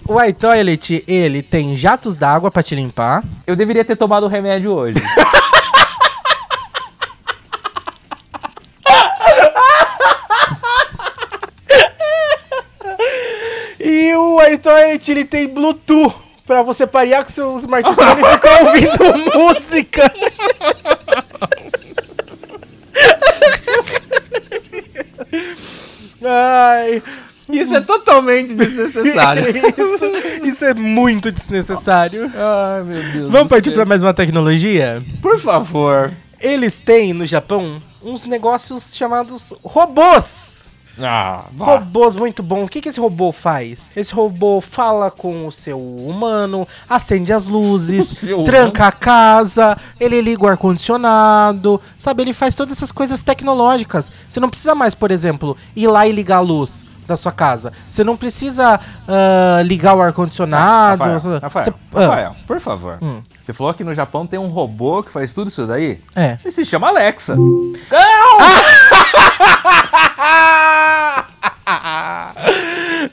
Speaker 3: O iToilet, ele tem jatos d'água pra te limpar.
Speaker 2: Eu deveria ter tomado o remédio hoje.
Speaker 3: E o iToilet, ele tem Bluetooth pra você parear com seu smartphone e ficar ouvindo música. Ai,
Speaker 2: Isso é totalmente desnecessário.
Speaker 3: isso, isso é muito desnecessário.
Speaker 2: Ai, meu Deus.
Speaker 3: Vamos
Speaker 2: do
Speaker 3: partir
Speaker 2: céu.
Speaker 3: pra mais uma tecnologia?
Speaker 2: Por favor.
Speaker 3: Eles têm no Japão uns negócios chamados robôs.
Speaker 2: Ah, vá.
Speaker 3: Robôs muito bom. O que, que esse robô faz? Esse robô fala com o seu humano, acende as
Speaker 2: O
Speaker 3: luzes,
Speaker 2: seu
Speaker 3: tranca a casa, ele liga o ar-condicionado, sabe? Ele faz todas essas coisas tecnológicas. Você não precisa mais, por exemplo, ir lá e ligar a luz da sua casa. Você não precisa ah, ligar o ar-condicionado.
Speaker 2: Rafael,
Speaker 3: Você-
Speaker 2: Rafael,
Speaker 3: ah, Hum.
Speaker 2: Rafael, por favor. Você falou que no Japão tem um robô que faz tudo isso daí?
Speaker 3: É. Ah!
Speaker 2: Ele se chama Alexa.
Speaker 3: Ah!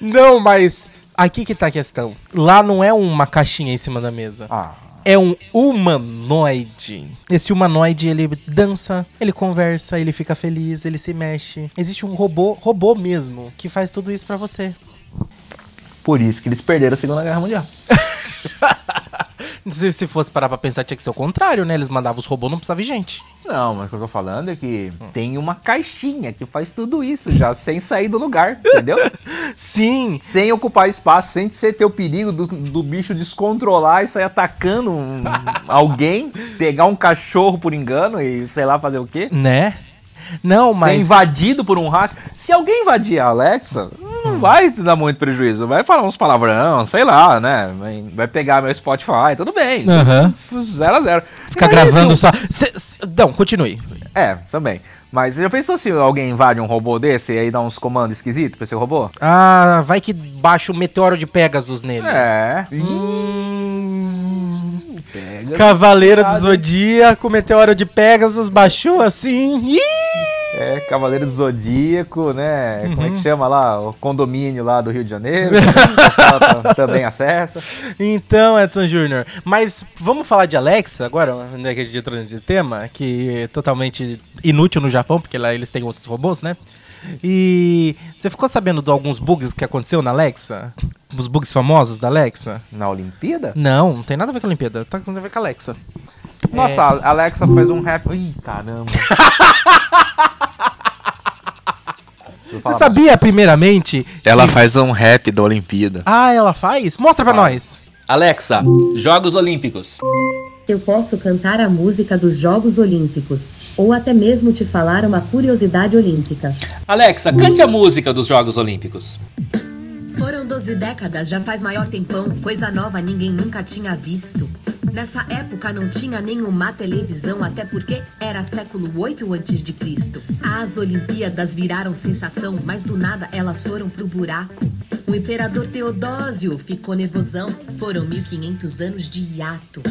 Speaker 3: Não, mas aqui que tá a questão. Lá não é uma caixinha em cima da mesa.
Speaker 2: Ah,
Speaker 3: é um humanoide. Esse humanoide, ele dança, ele conversa, ele fica feliz, ele se mexe. Existe um robô, robô mesmo, que faz tudo isso pra você.
Speaker 2: por isso que eles perderam a Segunda Guerra Mundial.
Speaker 3: Se, se fosse parar pra pensar, tinha que ser o contrário, né? Eles mandavam os robôs, não precisava de gente.
Speaker 2: Não, mas o que eu tô falando é que
Speaker 3: Hum.
Speaker 2: tem uma caixinha que faz tudo isso já, sem sair do lugar, entendeu?
Speaker 3: Sim,
Speaker 2: sem ocupar espaço, sem você ter o perigo do, do bicho descontrolar e sair atacando um- alguém, pegar um cachorro por engano e sei lá fazer o quê.
Speaker 3: né? Não,
Speaker 2: Ser
Speaker 3: mas...
Speaker 2: invadido por um hacker. Se alguém invadir a Alexa,
Speaker 3: Hum.
Speaker 2: não vai te dar muito prejuízo. Vai falar uns palavrão, sei lá, né? Vai- Vai pegar meu Spotify, tudo bem.
Speaker 3: Aham.
Speaker 2: Zero a zero.
Speaker 3: Ficar
Speaker 2: Imagina se
Speaker 3: gravando
Speaker 2: um-
Speaker 3: só... Cê- cê- não, continue.
Speaker 2: É, também. Mas você já pensou se alguém invade um robô desse e aí dá uns comandos esquisitos pra esse robô?
Speaker 3: Ah, vai que baixa o meteoro de Pegasus nele.
Speaker 2: É. Ih,
Speaker 3: Hum...
Speaker 2: Pega.
Speaker 3: Cavaleiro do Zodíaco, Meteoro de Pegasus, baixou assim. Ih!
Speaker 2: É, Cavaleiro do Zodíaco, né? Como é que chama lá? O condomínio lá do Rio de Janeiro. O pessoal tam- também acessa.
Speaker 3: Então, Edson Júnior. Mas vamos falar de Alexa agora, né, que a gente entrou nesse tema, que é totalmente inútil no Japão, porque lá eles têm outros robôs, né? E você ficou sabendo de alguns bugs que aconteceu na Alexa? Os bugs famosos da Alexa?
Speaker 2: Na Olimpíada?
Speaker 3: Não, não tem nada a ver com a Olimpíada, tá com a ver com a Alexa.
Speaker 2: Nossa, a Alexa faz um rap. Ih, caramba.
Speaker 3: Você sabia, primeiramente?
Speaker 2: Ela faz um rap da Olimpíada.
Speaker 3: Ah, ela faz? Mostra pra nós.
Speaker 2: Alexa, Jogos Olímpicos.
Speaker 4: Eu posso cantar a música dos Jogos Olímpicos, ou até mesmo te falar uma curiosidade olímpica.
Speaker 2: Alexa, cante a música dos Jogos Olímpicos.
Speaker 4: Foram 12 décadas, já faz maior tempão, coisa nova ninguém nunca tinha visto. Nessa época não tinha nenhuma televisão, até porque era século 8 antes de Cristo. As Olimpíadas viraram sensação, mas do nada elas foram pro buraco. O imperador Teodósio ficou nervosão, foram 1500 anos de hiato.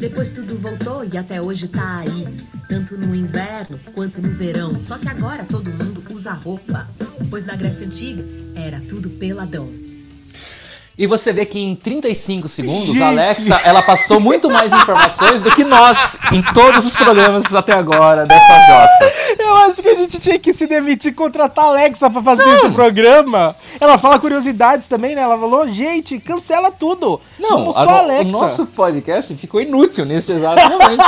Speaker 4: Depois tudo voltou e até hoje tá aí, tanto no inverno quanto no verão. Só que agora todo mundo usa roupa, pois na Grécia Antiga era tudo peladão.
Speaker 2: E você vê que em 35 segundos,
Speaker 3: Gente.
Speaker 2: a Alexa, ela passou muito mais informações do que nós em todos os programas até agora dessa jossa.
Speaker 3: Eu acho que a gente tinha que se demitir e contratar a Alexa pra fazer esse programa. Ela fala curiosidades também, né? Ela falou, gente, cancela tudo.
Speaker 2: Não,
Speaker 3: Vamos só
Speaker 2: a-
Speaker 3: a Alexa.
Speaker 2: o nosso podcast ficou inútil nesse exato momento.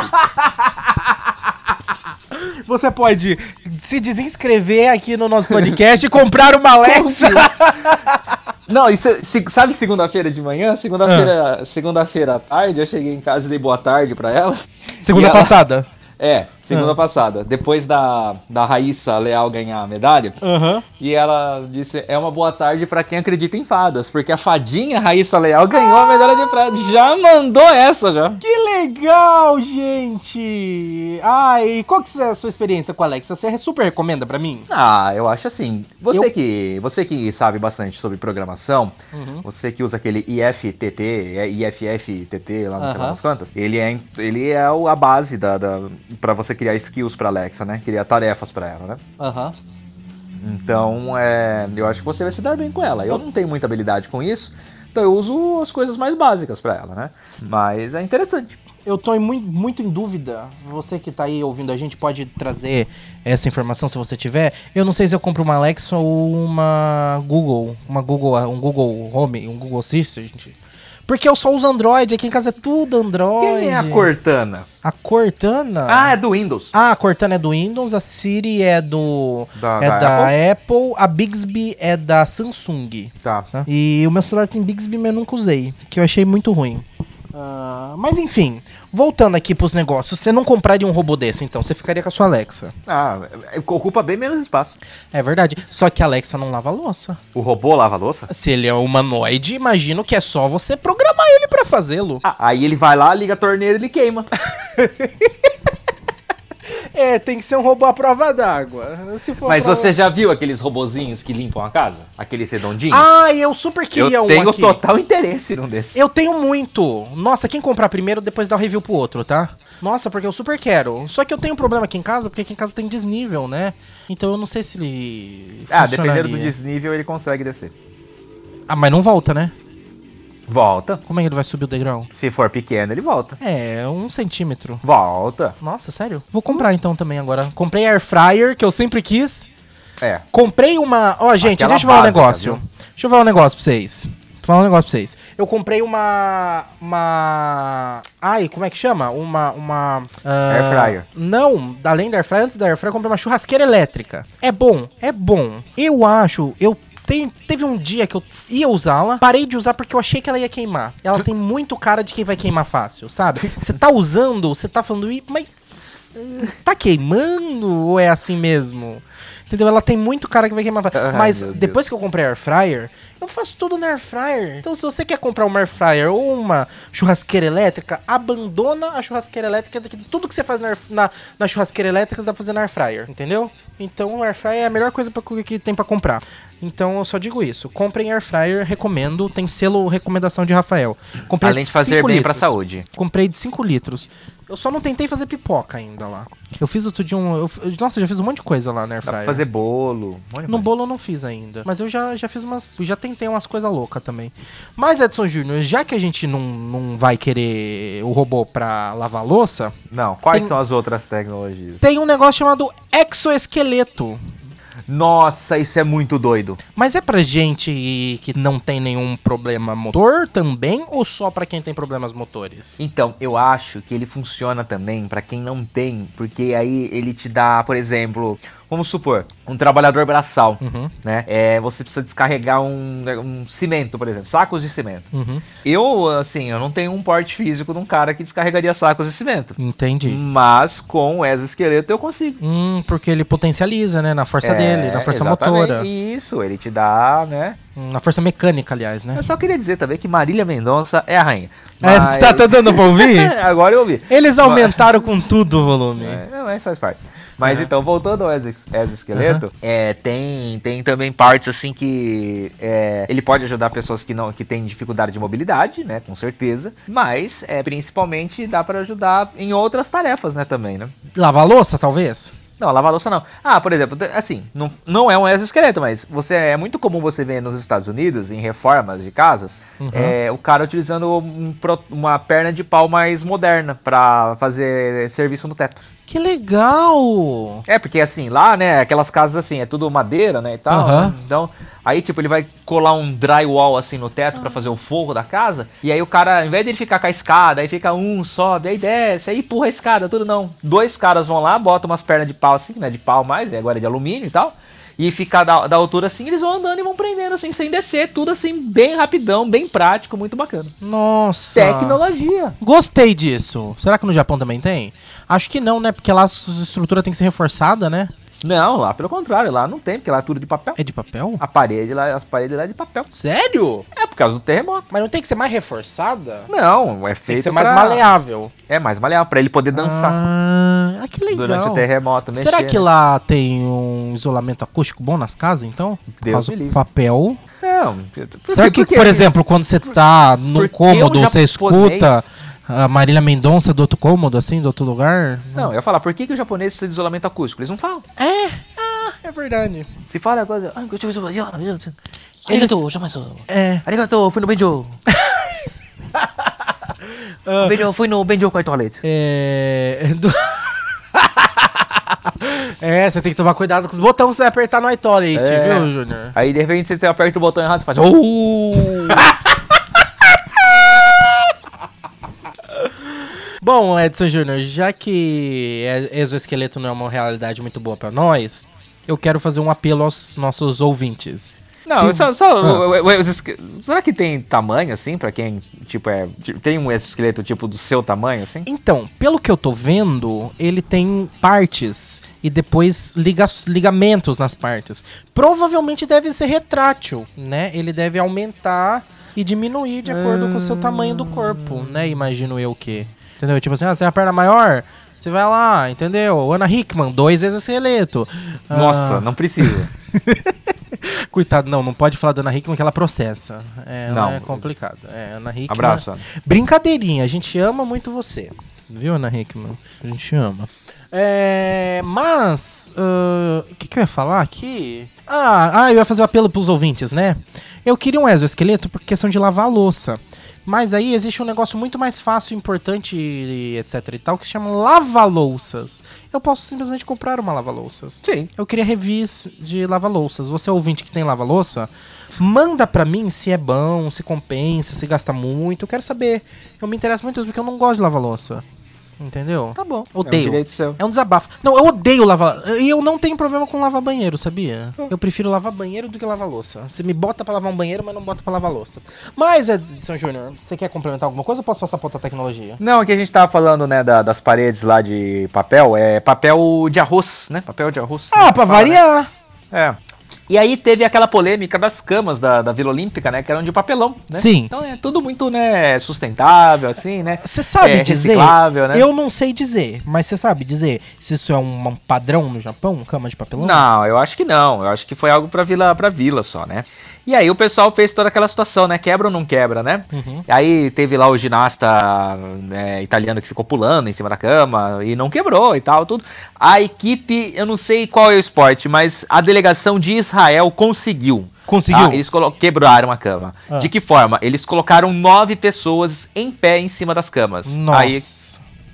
Speaker 3: Você pode se desinscrever aqui no nosso podcast e comprar uma Alexa.
Speaker 2: Não, isso, é- se- sabe segunda-feira de manhã? Segunda-feira segunda-feira à tarde, eu cheguei em casa e dei boa tarde pra ela. E
Speaker 3: Segunda
Speaker 2: ela-
Speaker 3: passada.
Speaker 2: É, segunda passada. Depois da, da Raíssa Leal ganhar a medalha.
Speaker 3: Aham.
Speaker 2: E ela disse: é uma boa tarde pra quem acredita em fadas, porque a fadinha Raíssa Leal ganhou a medalha de prata. Já mandou essa já.
Speaker 3: Que legal, gente. Ai, qual que é a sua experiência com a Alexa? Você super recomenda pra mim?
Speaker 2: Ah, eu acho assim. Você
Speaker 3: Eu-
Speaker 2: que você que sabe bastante sobre programação,
Speaker 3: Uhum.
Speaker 2: você que usa aquele IFTT, é, IFFTT, lá não sei lá
Speaker 3: Aham.
Speaker 2: das quantas, ele é, ele é o- a base da, da para você criar skills pra Alexa, né? Criar tarefas pra ela, né?
Speaker 3: Aham.
Speaker 2: Então, é, eu acho que você vai se dar bem com ela. Eu não tenho muita habilidade com isso, então eu uso as coisas mais básicas pra ela, né? Mas é interessante.
Speaker 3: Eu tô em mui- muito, em dúvida. Você que tá aí ouvindo a gente pode trazer essa informação se você tiver. Eu não sei se eu compro uma Alexa ou uma Google, uma Google, um Google Home, um Google Assistant. Porque eu só uso Android, aqui em casa é tudo Android.
Speaker 2: Quem é a Cortana?
Speaker 3: A Cortana?
Speaker 2: Ah, é do Windows.
Speaker 3: Ah, a Cortana é do Windows, a Siri é do
Speaker 2: Da-
Speaker 3: é
Speaker 2: da
Speaker 3: da, Apple? a Bixby é da Samsung.
Speaker 2: Tá.
Speaker 3: tá? E o meu celular tem Bixby, mas eu nunca usei, que eu achei muito ruim. Ah, mas enfim, voltando aqui pros negócios, você não compraria um robô desse, então você ficaria com a sua Alexa.
Speaker 2: Ah, é- ocupa bem menos espaço.
Speaker 3: É verdade. Só que a Alexa não lava a louça.
Speaker 2: O robô lava a louça?
Speaker 3: Se ele é humanoide, imagino que é só você programar ele pra fazê-lo.
Speaker 2: Ah, aí ele vai lá, liga a torneira e ele queima.
Speaker 3: É, tem que ser um robô à prova d'água. Se for
Speaker 2: Mas
Speaker 3: pra- um-
Speaker 2: você já viu aqueles robozinhos que limpam a casa? Aqueles redondinhos?
Speaker 3: Ah, eu super
Speaker 2: eu
Speaker 3: queria um
Speaker 2: tenho
Speaker 3: aqui.
Speaker 2: total interesse num desses.
Speaker 3: Eu tenho muito. Nossa, quem comprar primeiro, depois dá o review pro outro, tá? Nossa, porque eu super quero. Só que eu tenho um problema aqui em casa, porque aqui em casa tem desnível, né? Então eu não sei se ele.
Speaker 2: Ah,
Speaker 3: funcionaria.
Speaker 2: dependendo do desnível, ele consegue descer.
Speaker 3: Ah, mas não volta, né?
Speaker 2: Volta.
Speaker 3: Como é que ele vai subir o degrau?
Speaker 2: Se for pequeno, ele volta.
Speaker 3: É, um centímetro.
Speaker 2: Volta.
Speaker 3: Nossa, sério? Vou comprar então também agora. Comprei air fryer, que eu sempre quis.
Speaker 2: É.
Speaker 3: Comprei uma. Ó, gente,
Speaker 2: Aquela
Speaker 3: deixa eu falar um
Speaker 2: básica,
Speaker 3: negócio.
Speaker 2: viu?
Speaker 3: Deixa eu falar um negócio pra vocês. Vou falar um negócio pra vocês. Eu comprei uma. Uma. Ai, como é que chama? Uma. uma ah,
Speaker 2: Air fryer.
Speaker 3: Não, além da Air Fryer, antes da Air Fryer, eu comprei uma churrasqueira elétrica. É bom, é bom. Eu acho. Eu tem, teve um dia que eu ia usá-la, parei de usar porque eu achei que ela ia queimar. Ela tem muito cara de que vai queimar fácil, sabe? Você tá usando, você tá falando, "Ih, mas tá queimando ou é assim mesmo? Entendeu? Ela tem muito cara que vai queimar.
Speaker 2: Ai,
Speaker 3: Mas
Speaker 2: meu Deus.
Speaker 3: depois que eu comprei a air fryer, eu faço tudo na air fryer. Então se você quer comprar uma air fryer ou uma churrasqueira elétrica, abandona a churrasqueira elétrica, que tudo que você faz na, air- na, na churrasqueira elétrica você dá pra fazer na air fryer, entendeu? Então o air fryer é a melhor coisa pra, que tem pra comprar. Então eu só digo isso, comprem air fryer, recomendo, tem selo recomendação de Rafael. Comprei
Speaker 2: Além de fazer
Speaker 3: cinco
Speaker 2: bem pra
Speaker 3: litros.
Speaker 2: saúde.
Speaker 3: Comprei de 5 litros. Eu só não tentei fazer pipoca ainda lá. Eu fiz outro dia um. eu f- eu- nossa, eu já fiz um monte de coisa lá na Air
Speaker 2: Dá pra
Speaker 3: Fryer.
Speaker 2: fazer bolo. Um monte de
Speaker 3: No
Speaker 2: coisa.
Speaker 3: bolo eu né? não fiz ainda. Mas eu já, já fiz umas. eu Já tentei umas coisas loucas também. Mas, Edson Júnior, já que a gente não, não vai querer o robô pra lavar louça,
Speaker 2: Não, quais
Speaker 3: Tem-
Speaker 2: são as outras tecnologias?
Speaker 3: tem um negócio chamado exoesqueleto.
Speaker 2: Nossa, isso é muito doido.
Speaker 3: Mas é pra gente que não tem nenhum problema motor também? Ou só pra quem tem problemas motores?
Speaker 2: Então, eu acho que ele funciona também pra quem não tem, porque aí ele te dá, por exemplo, vamos supor, um trabalhador braçal,
Speaker 3: Uhum.
Speaker 2: né? É, você precisa descarregar um, um cimento, por exemplo, sacos de cimento.
Speaker 3: Uhum.
Speaker 2: Eu, assim, eu não tenho um porte físico de um cara que descarregaria sacos de cimento.
Speaker 3: Entendi.
Speaker 2: Mas com o exoesqueleto eu consigo.
Speaker 3: Hum, porque ele potencializa, né? Na força dele, na força
Speaker 2: É, exatamente.
Speaker 3: motora.
Speaker 2: Isso, ele te dá, né?
Speaker 3: Hum, Na força mecânica, aliás, né?
Speaker 2: Eu só queria dizer também que Marília Mendonça é a rainha.
Speaker 3: É, tá, tá
Speaker 2: Mas-
Speaker 3: dando pra ouvir?
Speaker 2: Agora eu ouvi.
Speaker 3: Eles aumentaram com tudo o volume.
Speaker 2: É, não, mas faz parte. Mas então, voltando ao exo- exoesqueleto, é, tem, tem também partes assim que é, ele pode ajudar pessoas que não que têm dificuldade de mobilidade, né? Com certeza. Mas é, principalmente dá pra ajudar em outras tarefas, né, também, né?
Speaker 3: Lavar louça, talvez?
Speaker 2: Não, lavar louça não. Ah, por exemplo, te- assim, não, não é um exoesqueleto, mas você é muito comum você ver nos Estados Unidos, em reformas de casas, é, o cara utilizando um pro- uma perna de pau mais moderna pra fazer serviço no teto.
Speaker 3: Que legal!
Speaker 2: É, porque assim, lá, né, aquelas casas assim, é tudo madeira, né, e tal.
Speaker 3: Aham.
Speaker 2: Então, aí, tipo, ele vai colar um drywall assim no teto pra fazer o forro da casa. E aí o cara, ao invés dele ficar com a escada, aí fica um, sobe, aí desce, aí empurra a escada, tudo não. Dois caras vão lá, botam umas pernas de pau assim, né, de pau mais, e agora é de alumínio e tal. E fica da, da altura assim, eles vão andando e vão prendendo assim, sem descer, tudo assim, bem rapidão, bem prático, muito bacana.
Speaker 3: Nossa!
Speaker 2: Tecnologia.
Speaker 3: Gostei disso. Será que no Japão também tem? Acho que não, né? Porque lá a estrutura tem que ser reforçada, né?
Speaker 2: Não, lá pelo contrário, lá não tem, porque lá é tudo de papel.
Speaker 3: É de papel?
Speaker 2: A parede lá, as paredes lá é de papel.
Speaker 3: Sério?
Speaker 2: É por causa do terremoto.
Speaker 3: Mas não tem que ser mais reforçada?
Speaker 2: Não, é feito
Speaker 3: Tem que ser mais
Speaker 2: pra-
Speaker 3: maleável.
Speaker 2: É mais maleável pra ele poder dançar
Speaker 3: Ah, ah, que legal.
Speaker 2: durante o terremoto. Mexer,
Speaker 3: Será que
Speaker 2: né?
Speaker 3: lá tem um isolamento acústico bom nas casas, então? Por
Speaker 2: Deus
Speaker 3: causa
Speaker 2: me
Speaker 3: do
Speaker 2: livre.
Speaker 3: papel.
Speaker 2: Não. por
Speaker 3: Será
Speaker 2: quê?
Speaker 3: que,
Speaker 2: Por quê?
Speaker 3: por exemplo, quando você tá num
Speaker 2: porque
Speaker 3: cômodo,
Speaker 2: um
Speaker 3: você
Speaker 2: japonês-
Speaker 3: escuta a Marília Mendonça do outro cômodo, assim, do outro lugar?
Speaker 2: Não, eu ia falar, por que, que o japonês precisa de isolamento acústico? Eles não falam.
Speaker 3: É, ah, é verdade.
Speaker 2: Se fala a coisa. "Ai,
Speaker 3: Eles-
Speaker 5: Arigatou, chamaçou.
Speaker 3: É.
Speaker 5: Arigatou, fui no Benjo. Benjo, fui no Benjo com a toalete.
Speaker 3: É. do- é, você tem que tomar cuidado com os botões que você vai apertar no iToilet,
Speaker 2: É.
Speaker 3: viu, Júnior?
Speaker 2: um, uh. Aí de repente você aperta o botão errado e faz. "Oh!"
Speaker 3: Bom, Edson Júnior, já que é- exoesqueleto não é uma realidade muito boa pra nós, eu quero fazer um apelo aos nossos ouvintes.
Speaker 2: Não,
Speaker 3: Se-
Speaker 2: só, só-
Speaker 3: Ah.
Speaker 2: o- o- os esque- será que tem tamanho assim pra quem tipo é tipo, tem um exoesqueleto tipo do seu tamanho assim?
Speaker 3: Então, pelo que eu tô vendo, ele tem partes e depois liga- ligamentos nas partes. Provavelmente deve ser retrátil, né? Ele deve aumentar e diminuir de acordo com o seu tamanho do corpo, né? Imagino eu que. Entendeu? Tipo assim, ah, você tem a perna maior, você vai lá, entendeu? Ana Hickman, dois exoesqueleto. Ah,
Speaker 2: Nossa, não precisa.
Speaker 3: Coitado, não, não pode falar da Ana Hickman que ela processa. É, ela
Speaker 2: Não.
Speaker 3: é complicado. É, Ana Hickman.
Speaker 2: Abraço, Ana.
Speaker 3: Brincadeirinha, a gente ama muito você. Viu, Ana Hickman? A gente ama. É, mas, ah, o que, que eu ia falar aqui? Ah, ah, eu ia fazer o apelo pros ouvintes, né? Eu queria um exoesqueleto por questão de lavar a louça. Mas aí existe um negócio muito mais fácil, importante, e etc e tal, que se chama lava-louças. Eu posso simplesmente comprar uma lava-louças.
Speaker 2: Sim.
Speaker 3: Eu queria reviews de lava-louças. Você ouvinte que tem lava-louça, manda pra mim se é bom, se compensa, se gasta muito. Eu quero saber. Eu me interesso muito nisso porque eu não gosto de lava-louça. Entendeu?
Speaker 2: Tá bom. É um
Speaker 3: Odeio.
Speaker 2: direito seu.
Speaker 3: É um desabafo. Não, eu odeio lavar. E eu não tenho problema com lavar banheiro, sabia? Eu prefiro lavar banheiro do que lavar louça. Você me bota pra lavar um banheiro, mas não bota pra lavar louça. Mas, Edson Júnior, você quer complementar alguma coisa ou posso passar pra outra tecnologia?
Speaker 2: Não, aqui a gente tava falando, né, da- das paredes lá de papel, é papel de arroz, né? Papel de arroz.
Speaker 3: Ah,
Speaker 2: né,
Speaker 3: pra
Speaker 2: que fala, né?
Speaker 3: variar.
Speaker 2: É. E aí teve aquela polêmica das camas da, da Vila Olímpica, né? Que eram de papelão, né?
Speaker 3: Sim.
Speaker 2: Então é tudo muito, né, sustentável, assim, né?
Speaker 3: Você sabe
Speaker 2: é,
Speaker 3: dizer?
Speaker 2: reciclável, né?
Speaker 3: Eu não sei dizer, mas você sabe dizer se isso é um um padrão no Japão, cama de papelão?
Speaker 2: Não, eu acho que não. Eu acho que foi algo pra vila, pra vila só, né? E aí o pessoal fez toda aquela situação, né? Quebra ou não quebra, né?
Speaker 3: Uhum.
Speaker 2: Aí teve lá o ginasta né, italiano que ficou pulando em cima da cama e não quebrou e tal, tudo. A equipe, eu não sei qual é o esporte, mas a delegação de Israel conseguiu.
Speaker 3: Conseguiu?
Speaker 2: tá? Eles colo- quebraram a cama.
Speaker 3: Ah.
Speaker 2: De que forma? Eles colocaram nove pessoas em pé em cima das camas.
Speaker 3: Nossa.
Speaker 2: Aí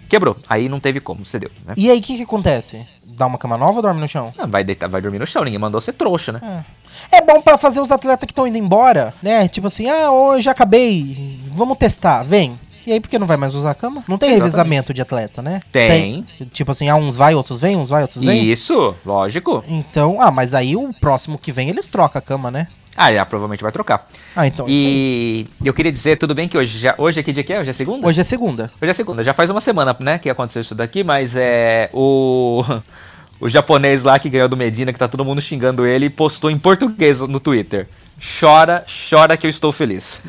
Speaker 2: quebrou. Aí não teve como, cedeu, né?
Speaker 3: E aí, o que, que acontece? Dá uma cama nova ou dorme no chão?
Speaker 2: Ah, Vai, deitar, vai dormir no chão, ninguém mandou ser trouxa, né?
Speaker 3: É bom pra fazer os atletas que estão indo embora, né? Tipo assim, ah, hoje acabei, vamos testar, vem. E aí, por que não vai mais usar a cama? Não tem revezamento de atleta, né?
Speaker 2: Tem.
Speaker 3: Tipo assim, ah, uns vai, outros vem, uns vai, outros vem.
Speaker 2: Isso, lógico.
Speaker 3: Então, ah, mas aí o próximo que vem, eles trocam a cama, né?
Speaker 2: Ah, já, provavelmente vai trocar.
Speaker 3: Ah, então, isso aí.
Speaker 2: e eu queria dizer, tudo bem que hoje, já, hoje é que dia que é? Hoje é segunda?
Speaker 3: Hoje é segunda.
Speaker 2: Hoje é segunda, já faz uma semana, né, que aconteceu isso daqui, mas é o o japonês lá que ganhou do Medina, que tá todo mundo xingando ele, postou em português no Twitter. Chora, chora que eu estou feliz.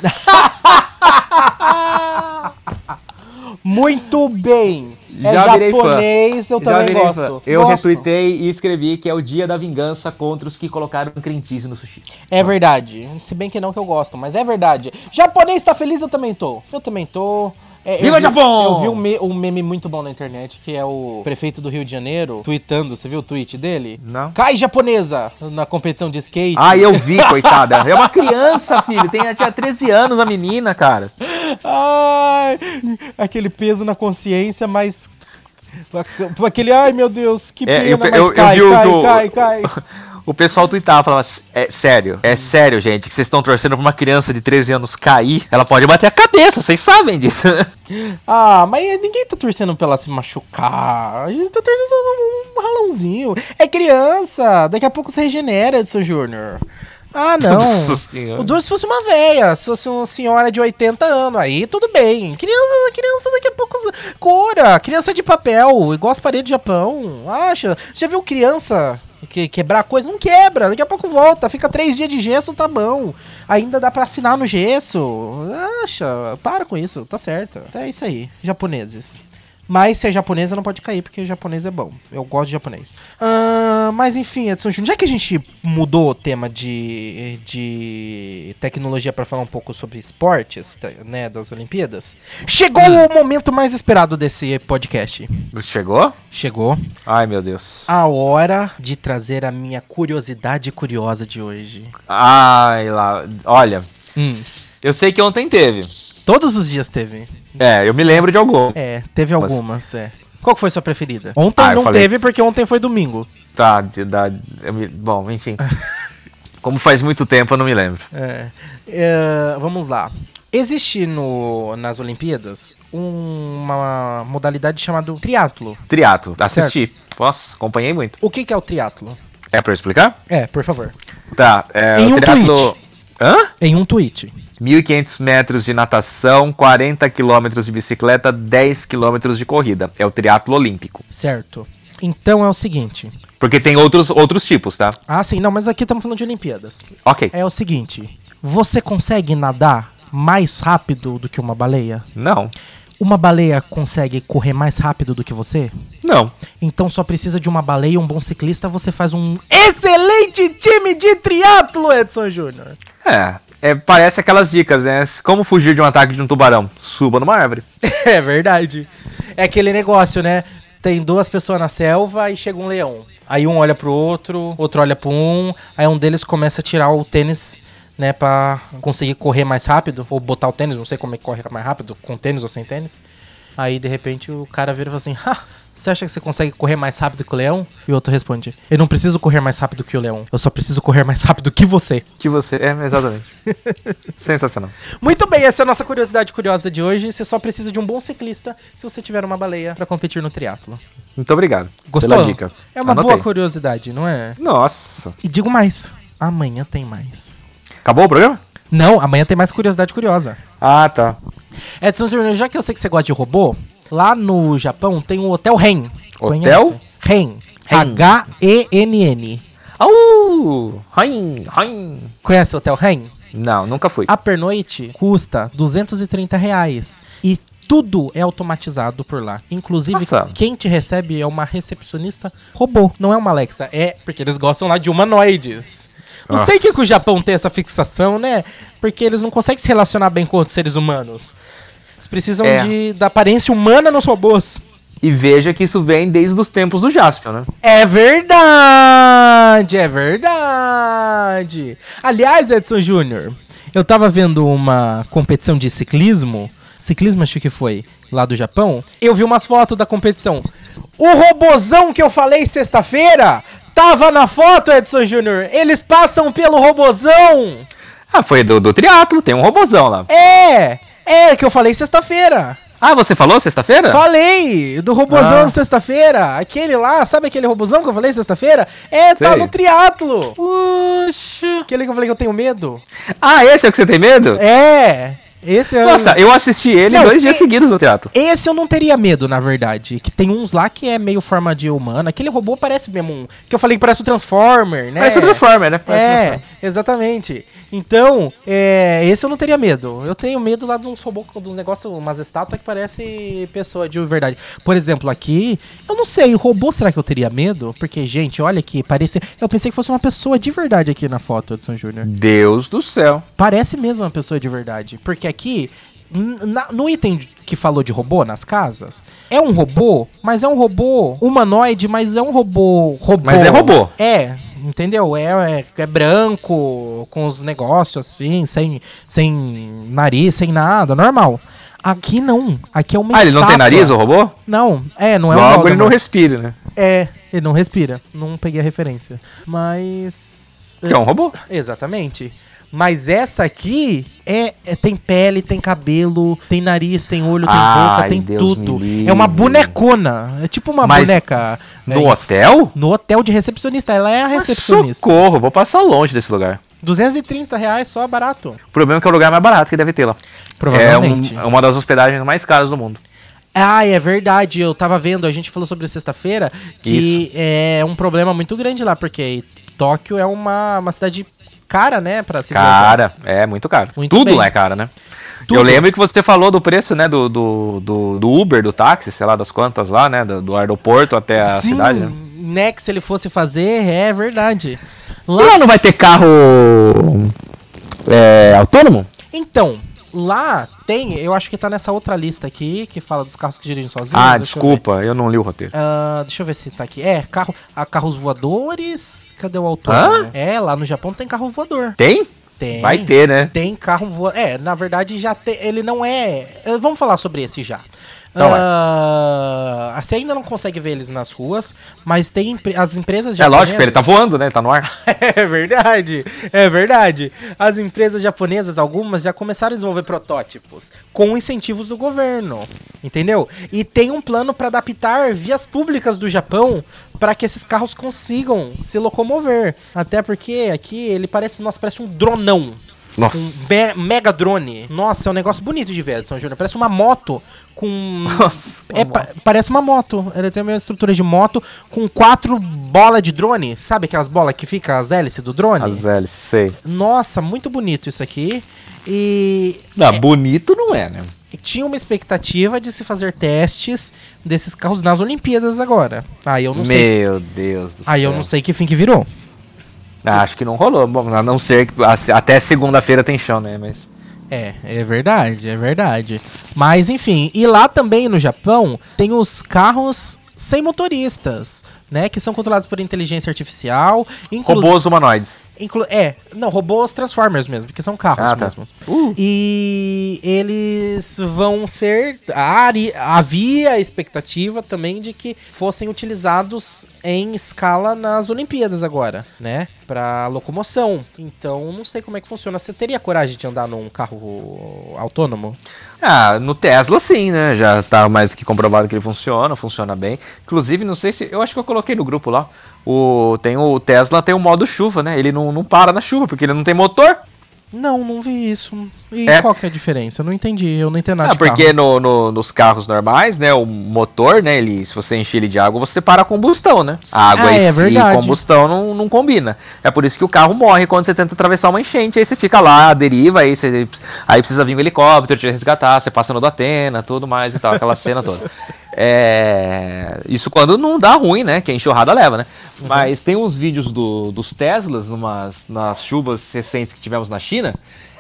Speaker 3: Muito bem. É
Speaker 2: Já virei fã.
Speaker 3: japonês, eu
Speaker 2: Já
Speaker 3: também
Speaker 2: virei
Speaker 3: gosto.
Speaker 2: fã. Eu
Speaker 3: Gosto.
Speaker 2: retuitei e escrevi que é o dia da vingança contra os que colocaram crentise no sushi.
Speaker 3: É verdade. Se bem que não que eu gosto, mas é verdade. Japonês tá feliz, eu também tô. Eu também tô. É, eu
Speaker 2: Viva
Speaker 3: vi-
Speaker 2: Japão!
Speaker 3: Eu vi um, me- um meme muito bom na internet, que é o prefeito do Rio de Janeiro tweetando. Você viu o tweet dele?
Speaker 2: Não.
Speaker 3: Cai japonesa na competição de skate.
Speaker 2: Ah, eu vi, coitada. É uma criança, filho. Tem, tinha 13 anos a menina, cara.
Speaker 3: Ai, aquele peso na consciência, mas... Aquele, ai meu Deus, que
Speaker 2: É,
Speaker 3: pena,
Speaker 2: eu,
Speaker 3: mas
Speaker 2: eu, eu
Speaker 3: cai,
Speaker 2: vi o-
Speaker 3: cai,
Speaker 2: o,
Speaker 3: cai, cai.
Speaker 2: o pessoal tuitava, falava, é sério, é sério, gente, que vocês estão torcendo pra uma criança de 13 anos cair, ela pode bater a cabeça, vocês sabem disso.
Speaker 3: Ah, mas ninguém tá torcendo pra ela se machucar. A gente tá torcendo um ralãozinho. É criança. Daqui a pouco se regenera, Edson Júnior. Ah,
Speaker 2: Nossa
Speaker 3: não.
Speaker 2: Senhora.
Speaker 3: O duro se fosse uma véia, se fosse uma senhora de 80 anos, aí tudo bem. Criança, criança daqui a pouco se- cura. Criança de papel, igual as paredes do Japão. Acha? Já viu criança que- quebrar coisa? Não quebra. Daqui a pouco volta. Fica três dias de gesso, tá bom. Ainda dá pra assinar no gesso. Acha? Para com isso. Tá certo. É isso aí, japoneses. Mas se é japonesa, não pode cair, porque japonês é bom. Eu gosto de japonês. Ah, mas enfim, Edson Júnior, já que a gente mudou o tema de, de tecnologia pra falar um pouco sobre esportes, tá- né, das Olimpíadas, chegou o momento mais esperado desse podcast.
Speaker 2: Chegou?
Speaker 3: Chegou
Speaker 2: Ai, meu Deus.
Speaker 3: a hora de trazer a minha curiosidade curiosa de hoje.
Speaker 2: Ai, lá, olha,
Speaker 3: Hum.
Speaker 2: eu sei que ontem teve.
Speaker 3: Todos os dias teve.
Speaker 2: É, eu me lembro de algum.
Speaker 3: É, teve
Speaker 2: Mas-
Speaker 3: algumas, é. Qual que foi sua preferida? Ontem
Speaker 2: Ah, eu
Speaker 3: não
Speaker 2: falei-
Speaker 3: teve, porque ontem foi domingo.
Speaker 2: Tá, de- da, eu me- bom, enfim. Como faz muito tempo, eu não me lembro.
Speaker 3: É, é, vamos lá. Existe no, nas Olimpíadas uma modalidade chamada triatlo.
Speaker 2: Triato. Assisti. Nossa, acompanhei muito.
Speaker 3: O que, que é o triatlo?
Speaker 2: É pra eu explicar?
Speaker 3: É, por favor.
Speaker 2: Tá. É,
Speaker 3: Em
Speaker 2: o
Speaker 3: um
Speaker 2: triatlo.
Speaker 3: tweet.
Speaker 2: Hã?
Speaker 3: Em um tweet.
Speaker 2: 1.500 metros de natação, 40 quilômetros de bicicleta, 10 quilômetros de corrida. É o triatlo olímpico.
Speaker 3: Certo. Então é o seguinte.
Speaker 2: Porque tem outros, outros tipos, tá?
Speaker 3: Ah, sim, não, mas aqui estamos falando de Olimpíadas.
Speaker 2: Ok.
Speaker 3: É o seguinte: você consegue nadar mais rápido do que uma baleia?
Speaker 2: Não.
Speaker 3: Uma baleia consegue correr mais rápido do que você?
Speaker 2: Não.
Speaker 3: Então só precisa de uma baleia, um bom ciclista, você faz um excelente time de triatlo, Edson Júnior.
Speaker 2: É. é. Parece aquelas dicas, né? Como fugir de um ataque de um tubarão? Suba numa árvore.
Speaker 3: É verdade. É aquele negócio, né? Tem duas pessoas na selva e chega um leão. Aí um olha pro outro, outro olha pro um, aí um deles começa a tirar o tênis, né, pra conseguir correr mais rápido, ou botar o tênis, não sei como é que corre mais rápido, com tênis ou sem tênis. Aí de repente o cara vira e fala assim: "Ha, você acha que você consegue correr mais rápido que o leão?" E o outro responde: "Eu não preciso correr mais rápido que o leão, eu só preciso correr mais rápido que você."
Speaker 2: Que você. É, exatamente. Sensacional.
Speaker 3: Muito bem, essa é a nossa curiosidade curiosa de hoje. Você só precisa de um bom ciclista se você tiver uma baleia pra competir no triatlo.
Speaker 2: Muito obrigado.
Speaker 3: Gostou?
Speaker 2: Pela dica.
Speaker 3: É uma
Speaker 2: Anotei.
Speaker 3: boa curiosidade, não é?
Speaker 2: Nossa.
Speaker 3: E digo mais, amanhã tem mais.
Speaker 2: Acabou o programa?
Speaker 3: Não, amanhã tem mais curiosidade curiosa.
Speaker 2: Ah, tá.
Speaker 3: Edson Júnior, já que eu sei que você gosta de robô, lá no Japão tem o Hotel Ren.
Speaker 2: Hotel?
Speaker 3: Conhece? Ren. H-E-N-N.
Speaker 2: Au! Rain, rain.
Speaker 3: Conhece o Hotel Ren?
Speaker 2: Não, nunca fui.
Speaker 3: A pernoite custa 230 reais. E tudo é automatizado por lá. Inclusive,
Speaker 2: Nossa.
Speaker 3: quem te recebe é uma recepcionista robô. Não é uma Alexa. É porque eles gostam lá de humanoides. Não sei o que, que o Japão tem essa fixação, né? Porque eles não conseguem se relacionar bem com outros seres humanos. Eles precisam
Speaker 2: É.
Speaker 3: de, da aparência humana nos robôs.
Speaker 2: E veja que isso vem desde os tempos do Jaspion, né?
Speaker 3: É verdade, é verdade. Aliás, Edson Júnior, eu tava vendo uma competição de ciclismo, ciclismo acho que foi, lá do Japão. Eu vi umas fotos da competição. O robozão que eu falei sexta-feira tava na foto, Edson Júnior. Eles passam pelo robozão.
Speaker 2: Ah, foi do, do triatlo, tem um robozão lá.
Speaker 3: É, é que eu falei sexta-feira.
Speaker 2: Ah, você falou sexta-feira?
Speaker 3: Falei do robozão
Speaker 2: Ah.
Speaker 3: sexta-feira. Aquele lá, sabe aquele robozão que eu falei sexta-feira? É, tá
Speaker 2: Sei.
Speaker 3: no triatlo.
Speaker 2: Puxa.
Speaker 3: Aquele que eu falei que eu tenho medo?
Speaker 2: Ah, esse é o que você tem medo?
Speaker 3: É! Esse eu.
Speaker 2: Nossa, eu assisti ele
Speaker 3: Não,
Speaker 2: dois dias
Speaker 3: e-
Speaker 2: seguidos no teatro.
Speaker 3: Esse eu não teria medo, na verdade. Que tem uns lá que é meio forma de humana. Aquele robô parece mesmo um. Que eu falei que parece o Transformer, né?
Speaker 2: Parece o Transformer, né? Parece o
Speaker 3: É,
Speaker 2: Transformer.
Speaker 3: exatamente. Então, é, esse eu não teria medo. Eu tenho medo lá de uns robôs, com- dos negócios, umas estátuas que parece pessoa de verdade. Por exemplo, aqui, eu não sei, robô será que eu teria medo? Porque, gente, olha aqui, parece. Eu pensei que fosse uma pessoa de verdade aqui na foto, Edson Júnior.
Speaker 2: Deus do céu.
Speaker 3: Parece mesmo uma pessoa de verdade. Porque aqui, n- na- no item de- que falou de robô nas casas, é um robô, mas é um robô humanoide, mas é um robô. robô.
Speaker 2: Mas é robô.
Speaker 3: É. Entendeu? É, é, é branco, com os negócios assim, sem, sem nariz, sem nada, normal. Aqui não. Aqui é uma
Speaker 2: ah, ele não tem
Speaker 3: estátua.
Speaker 2: nariz, o robô?
Speaker 3: Não, é, não é um
Speaker 2: Logo ele não
Speaker 3: Voldemort.
Speaker 2: respira, né?
Speaker 3: É, ele não respira. Não peguei a referência. Mas.
Speaker 2: Que é um robô.
Speaker 3: Exatamente. Mas essa aqui é, é- tem pele, tem cabelo, tem nariz, tem olho, tem
Speaker 2: Ai,
Speaker 3: boca, tem
Speaker 2: Deus
Speaker 3: tudo.
Speaker 2: me livre.
Speaker 3: É uma bonecona. É tipo uma
Speaker 2: Mas
Speaker 3: boneca. é,
Speaker 2: No hotel?
Speaker 3: no hotel de recepcionista. Ela é a
Speaker 2: Mas
Speaker 3: recepcionista.
Speaker 2: Socorro, vou passar longe desse lugar.
Speaker 3: 230 reais só barato.
Speaker 2: O problema é que é o lugar mais barato que deve ter lá.
Speaker 3: Provavelmente.
Speaker 2: É, um- é uma das hospedagens mais caras do mundo.
Speaker 3: Ah, é verdade. Eu tava vendo, a gente falou sobre sexta-feira, que é um problema muito grande lá, porque Tóquio é uma, uma cidade cara, né? Pra se viajar.
Speaker 2: Cara, é muito caro.
Speaker 3: Muito
Speaker 2: Tudo
Speaker 3: bem.
Speaker 2: lá é caro, né?
Speaker 3: Tudo.
Speaker 2: Eu lembro que você falou do preço, né, do, do, do, do Uber, do táxi, sei lá, das quantas lá, né, do, do aeroporto até a
Speaker 3: Sim,
Speaker 2: cidade. Né?
Speaker 3: né? Que se ele fosse fazer, é verdade. Lá
Speaker 2: Lá não vai ter carro é, autônomo?
Speaker 3: Então, lá tem, eu acho que tá nessa outra lista aqui, que fala dos carros que dirigem sozinhos.
Speaker 2: ah,
Speaker 3: deixa eu ver.
Speaker 2: desculpa, eu, não li o roteiro.
Speaker 3: Ah, deixa eu ver se tá aqui. É, carro, ah, carros voadores. Cadê o autônomo?
Speaker 2: Hã?
Speaker 3: É, lá no Japão tem carro voador.
Speaker 2: Tem?
Speaker 3: Tem.
Speaker 2: Vai ter, né?
Speaker 3: Tem carro voador. É, na verdade já tem. Ele não é. eh, Vamos falar sobre esse já.
Speaker 2: Então vai.
Speaker 3: Ah, Você ainda não consegue ver eles nas ruas, mas tem empre- as empresas
Speaker 2: É lógico,
Speaker 3: japonesas-
Speaker 2: ele tá voando, né? Tá no ar.
Speaker 3: É verdade, é verdade. As empresas japonesas, algumas, já começaram a desenvolver protótipos com incentivos do governo, entendeu? E tem um plano para adaptar vias públicas do Japão para que esses carros consigam se locomover. Até porque aqui ele parece, nossa, parece um dronão.
Speaker 2: Nossa.
Speaker 3: Um be- mega drone. Nossa, é um negócio bonito de ver, Edson Júnior. Parece uma moto com. É, pa- parece uma moto. Ela tem a mesma estrutura de moto com quatro bolas de drone. Sabe aquelas bolas que fica as hélices do drone?
Speaker 2: As hélices, sei.
Speaker 3: Nossa, muito bonito isso aqui. E
Speaker 2: Não, bonito não é, né?
Speaker 3: tinha uma expectativa de se fazer testes desses carros nas Olimpíadas agora. Aí eu não sei.
Speaker 2: Meu Deus do céu.
Speaker 3: Aí eu não sei que fim que virou.
Speaker 2: Ah, acho que não rolou. Bom, a não ser que a- até segunda-feira tem chão, né? Mas.
Speaker 3: É, é verdade, é verdade. Mas enfim, e lá também no Japão tem os carros sem motoristas, né? Que são controlados por inteligência artificial. inclu-
Speaker 2: Robôs humanoides.
Speaker 3: inclu- É, não, robôs Transformers mesmo, que são carros
Speaker 2: Ah, tá.
Speaker 3: mesmo. E eles vão ser. a área- havia a expectativa também de que fossem utilizados em escala nas Olimpíadas agora, né? Pra locomoção. Então, não sei como é que funciona. Você teria coragem de andar num carro autônomo?
Speaker 2: Ah, no Tesla sim, né? Já tá mais que comprovado que ele funciona, funciona bem. Inclusive, não sei se. Eu acho que eu coloquei no grupo lá. O, tem o, o Tesla tem o modo chuva, né? Ele não, não para na chuva, porque ele não tem motor.
Speaker 3: Não, não vi isso. E
Speaker 2: É.
Speaker 3: qual que é a diferença? Eu não entendi. Eu não entendo nada
Speaker 2: Ah,
Speaker 3: de carro.
Speaker 2: porque no- no- nos carros normais, né? O motor, né? Ele, se você encher ele de água, você para a combustão, né? A água
Speaker 3: Ah,
Speaker 2: e,
Speaker 3: é
Speaker 2: e
Speaker 3: verdade.
Speaker 2: combustão não, não combina. É por isso que o carro morre quando você tenta atravessar uma enchente. Aí você fica lá, à deriva, aí, você, aí precisa vir um helicóptero te resgatar, você passa no do Atena, tudo mais e tal, aquela cena toda. É, isso quando não dá ruim, né? Que a enxurrada leva, né? Mas tem uns vídeos do- dos Teslas numas, nas chuvas recentes que tivemos na China.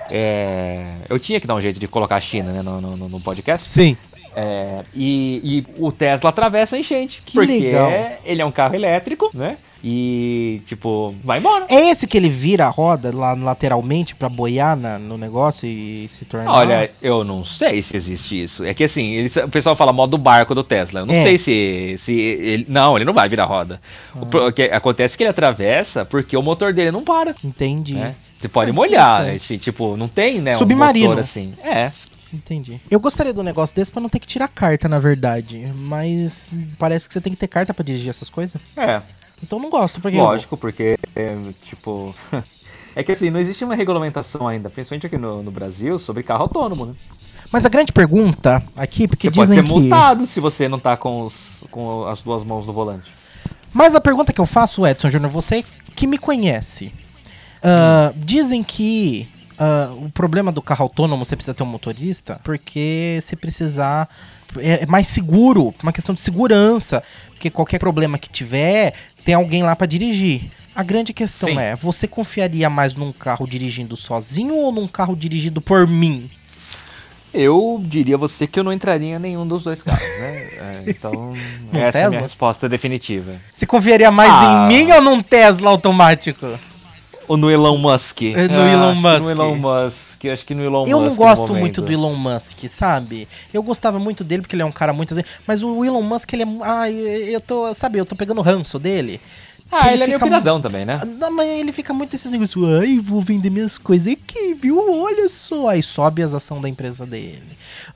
Speaker 2: É, eu tinha que dar um jeito de colocar a China né, no, no- no podcast.
Speaker 3: Sim.
Speaker 2: É, e, e o Tesla atravessa a enchente.
Speaker 3: Que
Speaker 2: porque
Speaker 3: legal.
Speaker 2: ele é um carro elétrico, né? E, tipo, vai embora.
Speaker 3: É esse que ele vira a roda lá lateralmente pra boiar na- no negócio e se tornar.
Speaker 2: Olha, eu não sei se existe isso. É que assim, eles- o pessoal fala modo barco do Tesla. Eu não
Speaker 3: É.
Speaker 2: sei se. se ele, não, ele não vai virar roda.
Speaker 3: Ah.
Speaker 2: O pro- que acontece é que ele atravessa porque o motor dele não para.
Speaker 3: Entendi.
Speaker 2: né? Você pode
Speaker 3: Ah,
Speaker 2: molhar,
Speaker 3: interessante.
Speaker 2: esse, tipo, não tem, né? um
Speaker 3: Submarino.
Speaker 2: motor assim. É.
Speaker 3: Entendi. Eu gostaria de um negócio desse pra não ter que tirar carta, na verdade. Mas parece que você tem que ter carta pra dirigir essas coisas.
Speaker 2: É.
Speaker 3: Então eu não gosto, porque.
Speaker 2: Lógico, porque, é, tipo. É que assim, não existe uma regulamentação ainda, principalmente aqui no, no Brasil, sobre carro autônomo, né?
Speaker 3: Mas a grande pergunta aqui, porque
Speaker 2: Você pode
Speaker 3: dizem
Speaker 2: ser
Speaker 3: que.
Speaker 2: multado se você não tá com, os, com as duas mãos no volante.
Speaker 3: Mas a pergunta que eu faço, Edson Júnior, você que me conhece. ah, dizem que ah, o problema do carro autônomo você precisa ter um motorista, porque se precisar. É é mais seguro, uma questão de segurança. Porque qualquer problema que tiver, tem alguém lá pra dirigir. A grande questão
Speaker 2: Sim.
Speaker 3: é: você confiaria mais num carro dirigindo sozinho ou num carro dirigido por mim?
Speaker 2: Eu diria a você que eu não entraria em nenhum dos dois carros, né? É, então, essa é a
Speaker 3: Tesla?
Speaker 2: minha resposta definitiva.
Speaker 3: Você confiaria mais
Speaker 2: Ah.
Speaker 3: em mim ou num Tesla automático?
Speaker 2: Ou no Elon Musk.
Speaker 3: É, no
Speaker 2: Ah,
Speaker 3: Elon
Speaker 2: acho que
Speaker 3: Musk.
Speaker 2: No Elon Musk. Acho que no Elon
Speaker 3: Eu
Speaker 2: Musk.
Speaker 3: não
Speaker 2: no
Speaker 3: gosto
Speaker 2: momento.
Speaker 3: muito do Elon Musk, sabe? Eu gostava muito dele porque ele é um cara muito. assim, Mas o Elon Musk, ele é. Ai, eu tô. Sabe, eu tô pegando ranço dele. que
Speaker 2: Ah, ele, é meio
Speaker 3: fica-
Speaker 2: piradão também, né?
Speaker 3: Ah, Não, mas ele fica muito nesses negócios. Ai, vou vender minhas coisas aqui, viu? Olha só. Aí sobe as ações da empresa dele.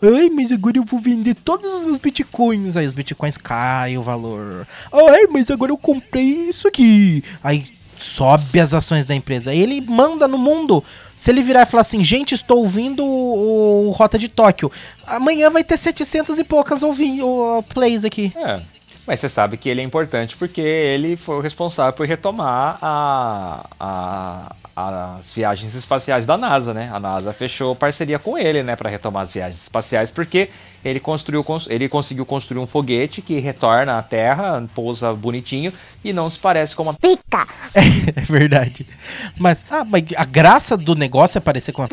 Speaker 3: Ai, mas agora eu vou vender todos os meus bitcoins. Aí os bitcoins caem o valor. Ai, mas agora eu comprei isso aqui. Aí sobe as ações da empresa. Aí Ele manda no mundo. Se ele virar e falar assim, gente, estou ouvindo o, o Rota de Tóquio. Amanhã vai ter 700 e poucas ouvindo, plays aqui.
Speaker 2: É. Mas você sabe que ele é importante porque ele foi o responsável por retomar a- a- as viagens espaciais da NASA, né? A NASA fechou parceria com ele, né, para retomar as viagens espaciais, porque ele construiu, cons- ele conseguiu construir um foguete que retorna à Terra, pousa bonitinho e não se parece com uma
Speaker 3: É verdade. Mas, ah, mas a graça do negócio é parecer com a.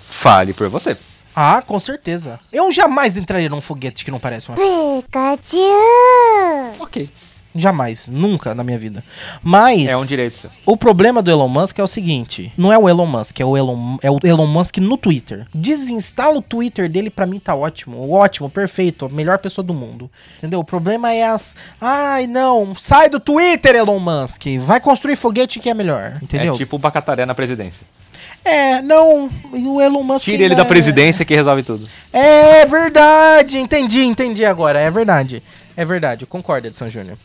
Speaker 2: fale por você.
Speaker 3: Ah, com certeza. Eu jamais entraria num foguete que não parece uma.
Speaker 2: Ok.
Speaker 3: Jamais, nunca na minha vida. Mas
Speaker 2: É um direito seu.
Speaker 3: o problema do Elon Musk é o seguinte, não é o Elon Musk, é o Elon, é o Elon Musk no Twitter. Desinstala o Twitter dele pra mim tá ótimo, ótimo, perfeito, a melhor pessoa do mundo. Entendeu? O problema é as, ai não, sai do Twitter Elon Musk, vai construir foguete que é melhor, entendeu?
Speaker 2: É tipo o Bacataré na presidência.
Speaker 3: É, não, e o Elon Musk
Speaker 2: Tire ele da
Speaker 3: ainda é-
Speaker 2: presidência que resolve tudo.
Speaker 3: é verdade, entendi, entendi agora, é verdade. É verdade, concorda, Edson Júnior.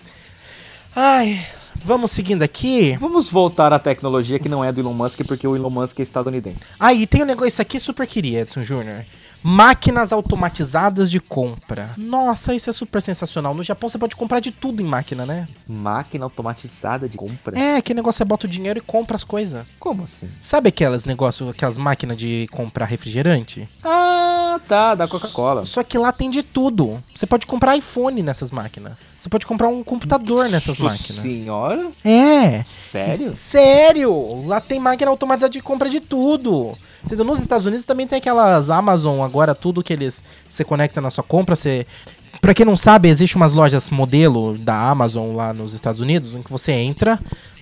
Speaker 3: Ai, vamos seguindo aqui.
Speaker 2: Vamos voltar à tecnologia que não é do Elon Musk, porque o Elon Musk é estadunidense.
Speaker 3: Aí tem um negócio, isso aqui super queria, Edson Júnior. Máquinas automatizadas de compra. Nossa, isso é super sensacional. No Japão você pode comprar de tudo em máquina, né?
Speaker 2: Máquina automatizada de compra?
Speaker 3: É, que negócio você bota o dinheiro e compra as coisas.
Speaker 2: Como assim?
Speaker 3: Sabe aquelas negócio, aquelas máquinas de comprar refrigerante?
Speaker 2: Ah, tá, da Coca-Cola.
Speaker 3: Só que lá tem de tudo. Você pode comprar iPhone nessas máquinas. Você pode comprar um computador nessas máquinas.
Speaker 2: Senhora?
Speaker 3: É.
Speaker 2: Sério?
Speaker 3: Sério? Lá tem máquina automatizada de compra de tudo. Entendeu? Nos Estados Unidos também tem aquelas Amazon agora, tudo que eles se conecta na sua compra, você. Pra quem não sabe, existe umas lojas modelo da Amazon lá nos Estados Unidos, em que você entra,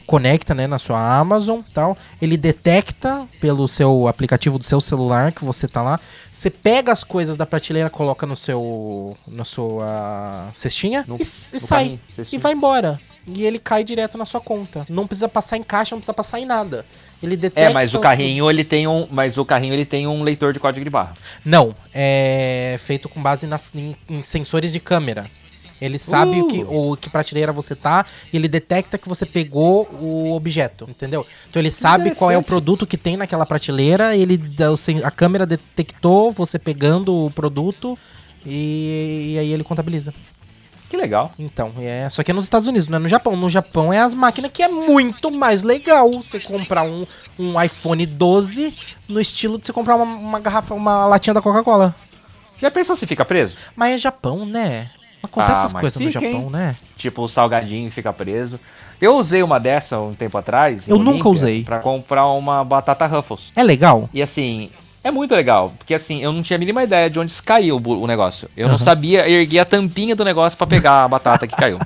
Speaker 3: conecta né, na sua Amazon tal, ele detecta pelo seu aplicativo do seu celular que você tá lá, você pega as coisas da prateleira, coloca no seu na sua cestinha
Speaker 2: No-
Speaker 3: e, s- e
Speaker 2: no
Speaker 3: sai.
Speaker 2: carrinho,
Speaker 3: e
Speaker 2: cestinha.
Speaker 3: vai embora. E ele cai direto na sua conta. Não precisa passar em caixa, não precisa passar em nada. Ele detecta.
Speaker 2: É, mas o
Speaker 3: os-
Speaker 2: carrinho ele tem um, mas o carrinho ele tem um leitor de código de barra.
Speaker 3: Não, é feito com base nas- em, em sensores de câmera. Ele sabe o que,
Speaker 2: Uh!
Speaker 3: o que prateleira você tá e ele detecta que você pegou o objeto, entendeu? Então ele sabe qual é o produto que tem naquela prateleira, ele dá o sen- a câmera detectou você pegando o produto e, e aí ele contabiliza.
Speaker 2: Que legal.
Speaker 3: Então, é. Só que é nos Estados Unidos, não é no Japão. No Japão é as máquinas que é muito mais legal você comprar um, um iPhone 12 no estilo de você comprar uma, uma garrafa, uma latinha da Coca-Cola.
Speaker 2: Já pensou se fica preso?
Speaker 3: Mas é Japão, né? Acontece
Speaker 2: Ah,
Speaker 3: essas
Speaker 2: mas
Speaker 3: coisas no
Speaker 2: fica,
Speaker 3: Japão,
Speaker 2: hein?
Speaker 3: né?
Speaker 2: Tipo, o salgadinho fica preso. Eu usei uma dessa um tempo atrás. em
Speaker 3: Eu nunca
Speaker 2: Olímpia,
Speaker 3: usei.
Speaker 2: Pra comprar uma batata Ruffles.
Speaker 3: É legal?
Speaker 2: E assim, é muito legal. Porque assim, eu não tinha a mínima ideia de onde caiu o bu- o negócio. Eu não sabia, eu ergui a tampinha do negócio pra pegar a batata que caiu.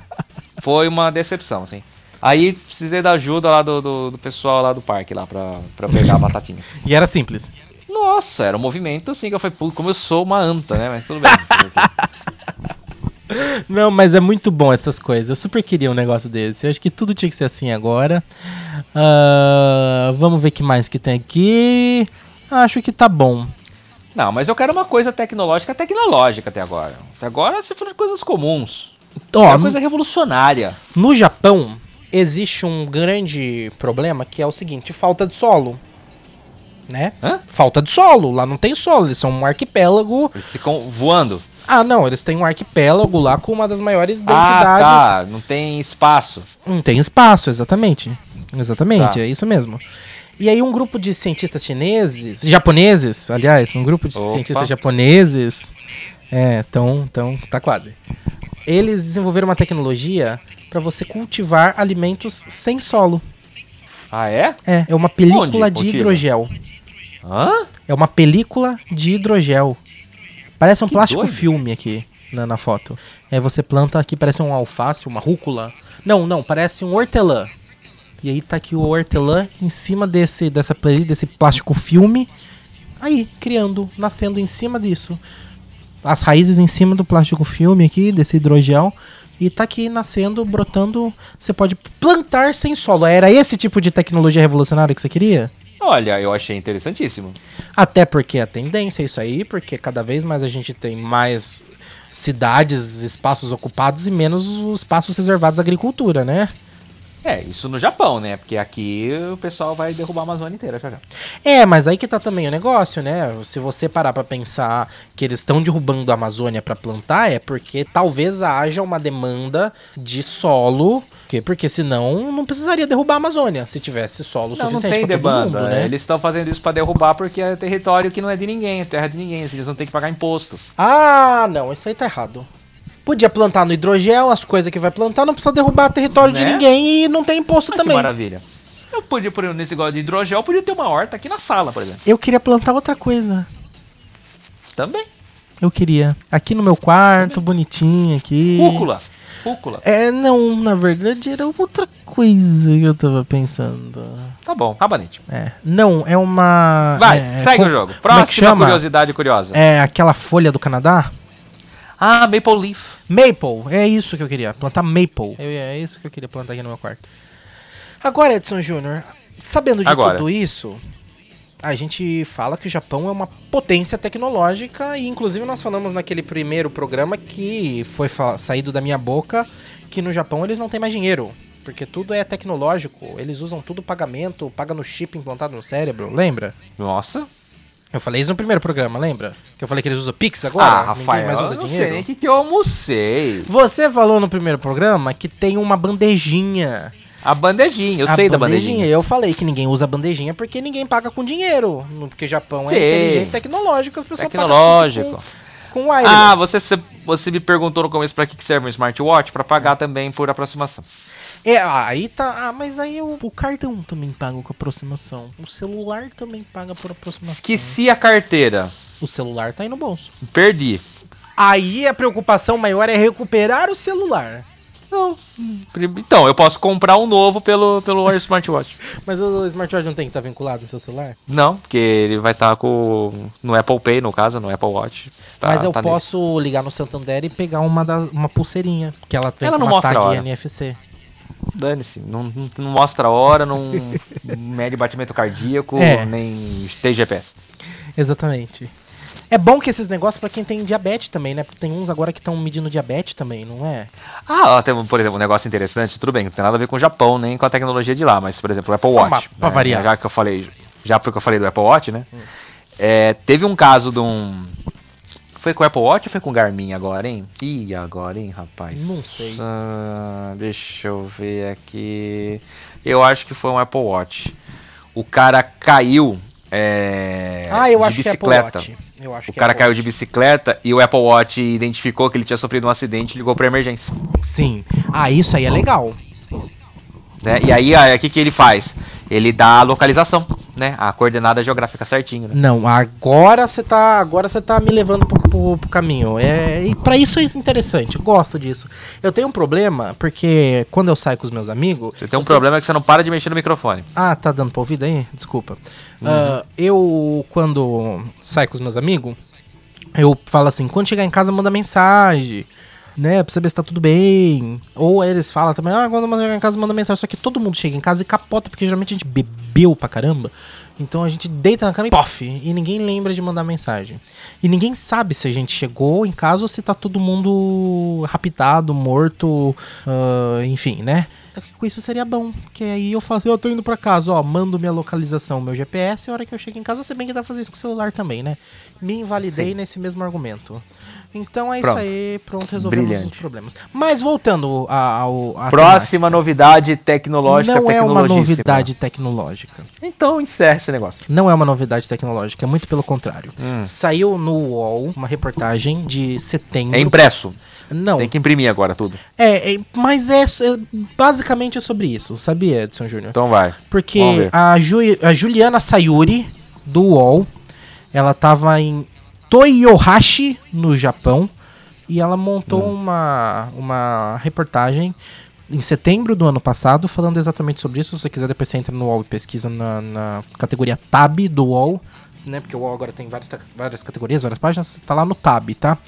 Speaker 2: Foi uma decepção, assim. Aí precisei da ajuda lá do, do, do pessoal lá do parque lá pra, pra pegar a batatinha.
Speaker 3: E era simples.
Speaker 2: Nossa, era um movimento assim que eu falei, "Pô, como eu sou uma anta, né? Mas tudo bem.
Speaker 3: Não, mas é muito bom essas coisas. Eu super queria um negócio desse. Eu acho que tudo tinha que ser assim agora. Ah, vamos ver o que mais que tem aqui. Acho que tá bom.
Speaker 2: Não, mas eu quero uma coisa tecnológica, tecnológica até agora. Até agora você falou de coisas comuns.
Speaker 3: Ó,
Speaker 2: é uma coisa revolucionária.
Speaker 3: No Japão, existe um grande problema que é o seguinte: falta de solo. Né?
Speaker 2: Hã?
Speaker 3: Falta de solo. Lá não tem solo. Eles são um arquipélago.
Speaker 2: Eles ficam voando.
Speaker 3: Ah, não. Eles têm um arquipélago lá com uma das maiores densidades.
Speaker 2: Ah, tá. Não tem espaço.
Speaker 3: Não tem espaço, exatamente. Exatamente,
Speaker 2: Tá.
Speaker 3: é isso mesmo. E aí um grupo de cientistas chineses, japoneses, aliás, um grupo de
Speaker 2: Opa.
Speaker 3: cientistas japoneses, é, tão, tão, tá quase. Eles desenvolveram uma tecnologia para você cultivar alimentos sem solo.
Speaker 2: Ah, é?
Speaker 3: É, é uma película
Speaker 2: Onde
Speaker 3: de
Speaker 2: cultiva?
Speaker 3: hidrogel.
Speaker 2: Hã?
Speaker 3: É uma película de hidrogel. Parece um plástico
Speaker 2: doido.
Speaker 3: filme aqui na, na foto. Aí você planta aqui, parece um alface, uma rúcula. Não, não, parece um hortelã. E aí tá aqui o hortelã em cima desse, dessa peli, desse plástico filme. Aí, criando, nascendo em cima disso. As raízes em cima do plástico filme aqui, desse hidrogel. E tá aqui nascendo, brotando. Você pode plantar sem solo. Era esse tipo de tecnologia revolucionária que você queria?
Speaker 2: Olha, eu achei interessantíssimo.
Speaker 3: Até porque a tendência é isso aí, porque cada vez mais a gente tem mais cidades, espaços ocupados e menos os espaços reservados à agricultura, né?
Speaker 2: É, isso no Japão, né? Porque aqui o pessoal vai derrubar a Amazônia inteira já já.
Speaker 3: É, mas aí que tá também o negócio, né? Se você parar pra pensar que eles estão derrubando a Amazônia pra plantar, é porque talvez haja uma demanda de solo, que- porque senão não precisaria derrubar a Amazônia, se tivesse solo
Speaker 2: Não, não tem
Speaker 3: suficiente pra todo mundo,
Speaker 2: demanda. é,
Speaker 3: né?
Speaker 2: Eles estão fazendo isso pra derrubar porque é território que não é de ninguém, é terra de ninguém. assim, Eles não têm que pagar imposto.
Speaker 3: Ah, não, isso aí tá errado. Podia plantar no hidrogel, as coisas que vai plantar, não precisa derrubar território de
Speaker 2: Né?
Speaker 3: ninguém e não tem imposto
Speaker 2: Olha Que
Speaker 3: também.
Speaker 2: maravilha. Eu podia, por exemplo, nesse negócio de hidrogel, eu podia ter uma horta aqui na sala, por exemplo.
Speaker 3: Eu queria plantar outra coisa.
Speaker 2: Também.
Speaker 3: Eu queria. Aqui no meu quarto, bonitinho aqui.
Speaker 2: Cúcula.
Speaker 6: Fúcula.
Speaker 3: É, não, na verdade era outra coisa que eu tava pensando.
Speaker 2: Tá bom, rabanete.
Speaker 3: É. Não, é uma.
Speaker 2: Vai,
Speaker 3: é,
Speaker 2: segue
Speaker 3: com-
Speaker 2: o jogo.
Speaker 3: como é que
Speaker 2: Próxima
Speaker 3: chama?
Speaker 2: curiosidade curiosa.
Speaker 3: É aquela folha do Canadá?
Speaker 2: Ah, Maple Leaf.
Speaker 3: Maple, é isso que eu queria, plantar maple. Eu- é isso que eu queria plantar aqui no meu quarto. Agora, Edson Júnior, sabendo de
Speaker 2: Agora.
Speaker 3: tudo isso, a gente fala que o Japão é uma potência tecnológica e inclusive nós falamos naquele primeiro programa que foi fa- saído da minha boca que no Japão eles não têm mais dinheiro, porque tudo é tecnológico, eles usam tudo pagamento, paga no chip implantado no cérebro, lembra?
Speaker 2: Nossa.
Speaker 3: Eu falei isso no primeiro programa, lembra? Que eu falei que eles usam Pix agora, ninguém mais usa
Speaker 2: Ah, eu não
Speaker 3: dinheiro.
Speaker 2: sei nem o que, que eu almocei.
Speaker 3: Você falou no primeiro programa que tem uma bandejinha.
Speaker 2: A bandejinha, eu
Speaker 3: A
Speaker 2: sei da bandejinha.
Speaker 3: Eu falei que ninguém usa bandejinha porque ninguém paga com dinheiro. No- Porque Japão é
Speaker 2: Sim.
Speaker 3: inteligente e tecnológico, as pessoas pagam
Speaker 2: Tecnológico.
Speaker 3: tudo Com, com wireless.
Speaker 2: Ah, você, você me perguntou no começo pra que que serve um smartwatch? Pra pagar também por aproximação.
Speaker 3: É, aí tá. Ah, mas aí o, o cartão também paga com aproximação. O celular também paga por aproximação.
Speaker 2: Esqueci a carteira.
Speaker 3: O celular tá aí no bolso.
Speaker 2: Perdi.
Speaker 3: Aí a preocupação maior é recuperar o celular.
Speaker 2: Não. Então, eu posso comprar um novo pelo, pelo smartwatch.
Speaker 3: Mas o smartwatch não tem que estar vinculado ao seu celular?
Speaker 2: Não, porque ele vai estar com. No Apple Pay, no caso, no Apple Watch. Tá-
Speaker 3: Mas eu
Speaker 2: tá nele.
Speaker 3: posso ligar no Santander e pegar uma, da, uma pulseirinha. Que ela tem
Speaker 2: Ela
Speaker 3: com
Speaker 2: não
Speaker 3: uma
Speaker 2: mostra a
Speaker 3: tag
Speaker 2: hora.
Speaker 3: NFC.
Speaker 2: Dane-se. Não, não- não mostra a hora, não mede batimento cardíaco,
Speaker 3: É.
Speaker 2: nem tem GPS.
Speaker 3: Exatamente. É bom que esses negócios pra quem tem diabetes também, né? Porque tem uns agora que estão medindo diabetes também, não é?
Speaker 2: Ah, ó, tem, por exemplo, um negócio interessante, tudo bem, não tem nada a ver com o Japão, nem com a tecnologia de lá, mas, por exemplo, o Apple
Speaker 3: Então,
Speaker 2: Watch. né?
Speaker 3: mas, pra variar. Hum.
Speaker 2: Já que eu falei, já porque eu falei do Apple Watch, né? É, teve um caso de um. Foi com o Apple Watch ou foi com o Garmin agora, hein? Ih, agora, hein, rapaz?
Speaker 3: Não sei.
Speaker 2: Ah, deixa eu ver aqui. Eu acho que foi um Apple Watch. O cara caiu. é,
Speaker 3: ah, eu
Speaker 2: de
Speaker 3: acho que é Apple
Speaker 2: bicicleta.
Speaker 3: Watch. Eu acho
Speaker 2: O
Speaker 3: que
Speaker 2: cara
Speaker 3: é
Speaker 2: caiu de bicicleta e o Apple Watch identificou que ele tinha sofrido um acidente e ligou pra emergência.
Speaker 3: de... Sim. Ah, isso aí é legal.
Speaker 2: né? E aí, aí, o que, que ele faz? Ele dá a localização, né? A coordenada geográfica certinho, né?
Speaker 3: Não, agora você tá, agora você tá me levando pro, pro- pro caminho. É, e para isso é interessante. Eu gosto disso. Eu tenho um problema porque quando eu saio com os meus amigos,
Speaker 2: Você tem um problema que você não para de mexer no microfone.
Speaker 3: Ah, tá dando pra ouvir aí? Desculpa. Ah, eu, quando saio com os meus amigos, eu falo assim, quando chegar em casa, manda mensagem, né? Pra saber se tá tudo bem. Ou eles falam também, ah, quando chegar em casa, manda mensagem. Só que todo mundo chega em casa e capota, porque geralmente a gente bebeu pra caramba. Então a gente deita na cama e pof! E ninguém lembra de mandar mensagem. E ninguém sabe se a gente chegou em casa ou se tá todo mundo raptado, morto, ah, enfim, né? Só que com isso seria bom, porque aí eu falo assim, ó, tô indo pra casa, ó, mando minha localização, meu GPS, a hora que eu chego em casa, se bem que dá pra fazer isso com o celular também, né? Me invalidei nesse mesmo argumento. Então é
Speaker 2: Pronto.
Speaker 3: isso aí, pronto, resolvemos
Speaker 2: Brilhante.
Speaker 3: os problemas. Mas voltando a- ao... à
Speaker 2: Próxima novidade
Speaker 3: temática,
Speaker 2: tecnológica,
Speaker 3: Não é uma
Speaker 2: tecnologíssima.
Speaker 3: novidade tecnológica.
Speaker 2: Então encerra esse negócio.
Speaker 3: Não é uma novidade tecnológica, é muito pelo contrário.
Speaker 2: Hum.
Speaker 3: Saiu no UOL uma reportagem de setembro.
Speaker 2: É impresso.
Speaker 3: Não,
Speaker 2: Tem que imprimir agora tudo.
Speaker 3: é, é- mas é, é- basicamente é sobre isso, sabia, Edson Júnior?
Speaker 2: Então vai.
Speaker 3: Porque
Speaker 2: Vamos ver.
Speaker 3: a, Ju- a Juliana Sayuri, do UOL, ela tava em Toyohashi, no Japão, e ela montou
Speaker 2: Hum.
Speaker 3: uma, uma reportagem em setembro do ano passado, falando exatamente sobre isso. Se você quiser, depois você entra no UOL e pesquisa na, na categoria Tab do UOL, né? Porque o UOL agora tem várias, ta- várias categorias, várias páginas, tá lá no Tab, tá?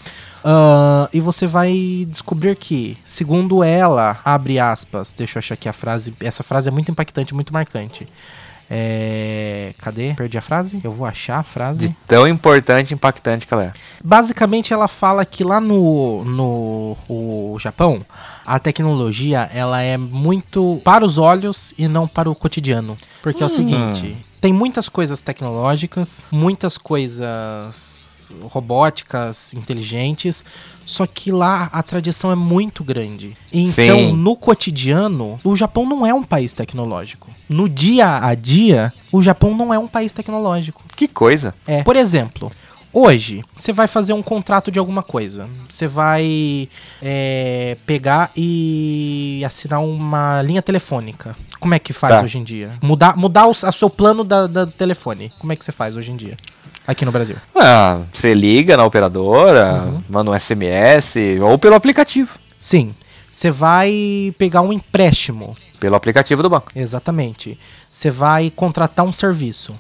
Speaker 3: Ah, e você vai descobrir que, segundo ela, abre aspas, deixa eu achar aqui a frase, essa frase é muito impactante, muito marcante. É, cadê? Perdi a frase? Eu vou achar a frase.
Speaker 2: De tão importante e impactante que ela é.
Speaker 3: Basicamente, ela fala que lá no, no o Japão, a tecnologia ela é muito para os olhos e não para o cotidiano. Porque é o seguinte, tem muitas coisas tecnológicas, muitas coisas robóticas, inteligentes, só que lá a tradição é muito grande. E então,
Speaker 2: Sim.
Speaker 3: no cotidiano, o Japão não é um país tecnológico. No dia a dia, o Japão não é um país tecnológico.
Speaker 2: Que coisa.
Speaker 3: É. Por exemplo, hoje você vai fazer um contrato de alguma coisa. Você vai é, pegar e assinar uma linha telefônica. Como é que faz
Speaker 2: Tá.
Speaker 3: hoje em dia? Mudar, mudar o, a seu plano da, da telefone. Como é que você faz hoje em dia? Aqui no Brasil.
Speaker 2: Ah,
Speaker 3: Uhum.
Speaker 2: você liga na operadora, manda um SMS ou pelo aplicativo.
Speaker 3: Sim. Você vai pegar um empréstimo.
Speaker 2: Pelo aplicativo do banco.
Speaker 3: Exatamente. Você vai contratar um serviço.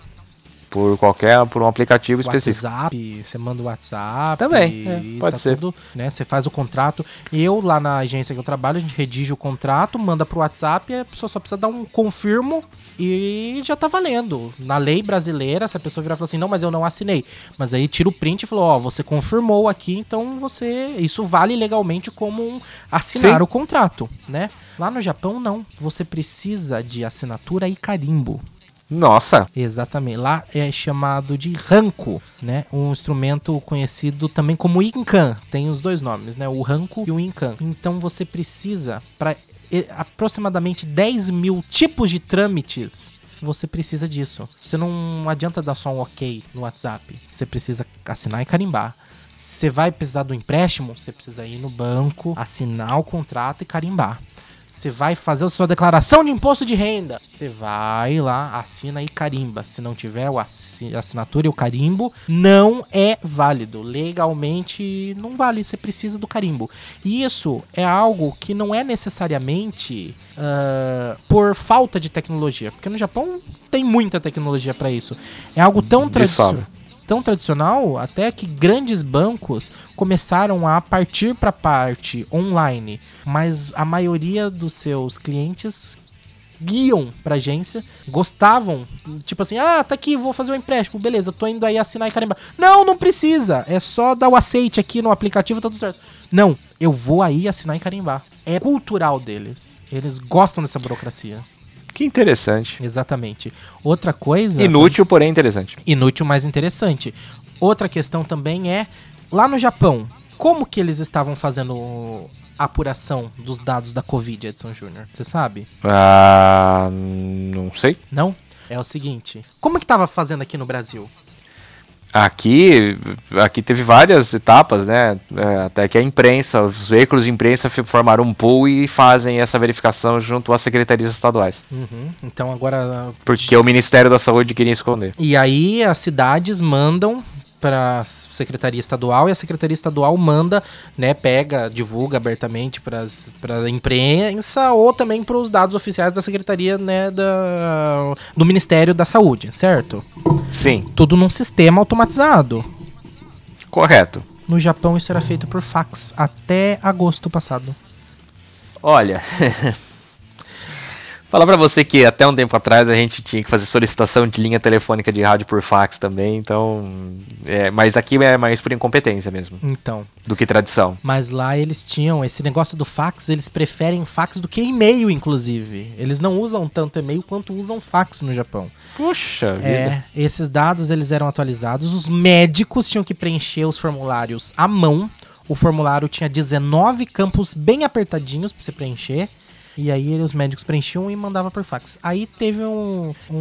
Speaker 2: Por qualquer, por um aplicativo específico.
Speaker 3: WhatsApp, você manda o WhatsApp.
Speaker 2: Também, é,
Speaker 3: e
Speaker 2: pode ser.
Speaker 3: Tudo, né? Você faz o contrato. Eu, lá na agência que eu trabalho, a gente redige o contrato, manda pro WhatsApp, e a pessoa só precisa dar um confirmo e já tá valendo. Na lei brasileira, se a pessoa virar e falar assim, não, mas eu não assinei. Mas aí tira o print e falou, ó, você confirmou aqui, então você. Isso vale legalmente como um assinar
Speaker 2: Sim.
Speaker 3: o contrato, né? Lá no Japão, não. Você precisa de assinatura e carimbo.
Speaker 2: Nossa,
Speaker 3: Exatamente. Lá é chamado de ranco, né? Um instrumento conhecido também como incan. Tem os dois nomes, né? O ranco e o incan. Então você precisa, para aproximadamente 10 mil tipos de trâmites, você precisa disso. Você não adianta dar só um ok no WhatsApp. Você precisa assinar e carimbar. Você vai precisar do empréstimo? Você precisa ir no banco, assinar o contrato e carimbar. Você vai fazer a sua declaração de imposto de renda. Você vai lá, assina e carimba. Se não tiver o assi- a assinatura e o carimbo, não é válido. Legalmente não vale, você precisa do carimbo. E isso é algo que não é necessariamente ah, por falta de tecnologia, porque no Japão tem muita tecnologia para isso. É algo tão
Speaker 2: Dissolve.
Speaker 3: tradicional tão tradicional até que grandes bancos começaram a partir para parte online, mas a maioria dos seus clientes guiam pra agência, gostavam, tipo assim, ah, tá aqui, vou fazer um empréstimo, beleza, tô indo aí assinar e carimbar. Não, não precisa, é só dar o aceite aqui no aplicativo, tá tudo certo. Não, eu vou aí assinar e carimbar. É cultural deles, eles gostam dessa burocracia.
Speaker 2: que interessante.
Speaker 3: Exatamente. Outra coisa...
Speaker 2: Inútil, porém interessante.
Speaker 3: Inútil, mas interessante. Outra questão também é, lá no Japão, como que eles estavam fazendo a apuração dos dados da Covid, Edson Júnior? Você sabe?
Speaker 2: Ah, não sei.
Speaker 3: Não? É o seguinte, como que tava fazendo aqui no Brasil?
Speaker 2: Aqui, aqui teve várias etapas, né? É, até que a imprensa, os veículos de imprensa fi- formaram um pool e fazem essa verificação junto às secretarias estaduais.
Speaker 3: Uhum, Então agora...
Speaker 2: Porque o Ministério da Saúde queria esconder.
Speaker 3: E aí as cidades mandam para secretaria estadual e a secretaria estadual manda, né, pega, divulga abertamente para para imprensa ou também para os dados oficiais da secretaria, né, da, do Ministério da Saúde, certo?
Speaker 2: Sim,
Speaker 3: tudo num sistema automatizado.
Speaker 2: correto.
Speaker 3: No Japão isso era feito por fax até agosto passado.
Speaker 2: Olha, falar pra você que até um tempo atrás a gente tinha que fazer solicitação de linha telefônica de rádio por fax também, então. é, mas aqui é mais por incompetência mesmo,
Speaker 3: Então,
Speaker 2: do que tradição.
Speaker 3: mas lá eles tinham esse negócio do fax, eles preferem fax do que e-mail inclusive. Eles não usam tanto e-mail quanto usam fax no Japão.
Speaker 2: Puxa vida.
Speaker 3: É, esses dados eles eram atualizados, os médicos tinham que preencher os formulários à mão. O formulário tinha 19 campos bem apertadinhos pra você preencher. E aí ele- os médicos preenchiam e mandavam por fax. Aí teve um, um,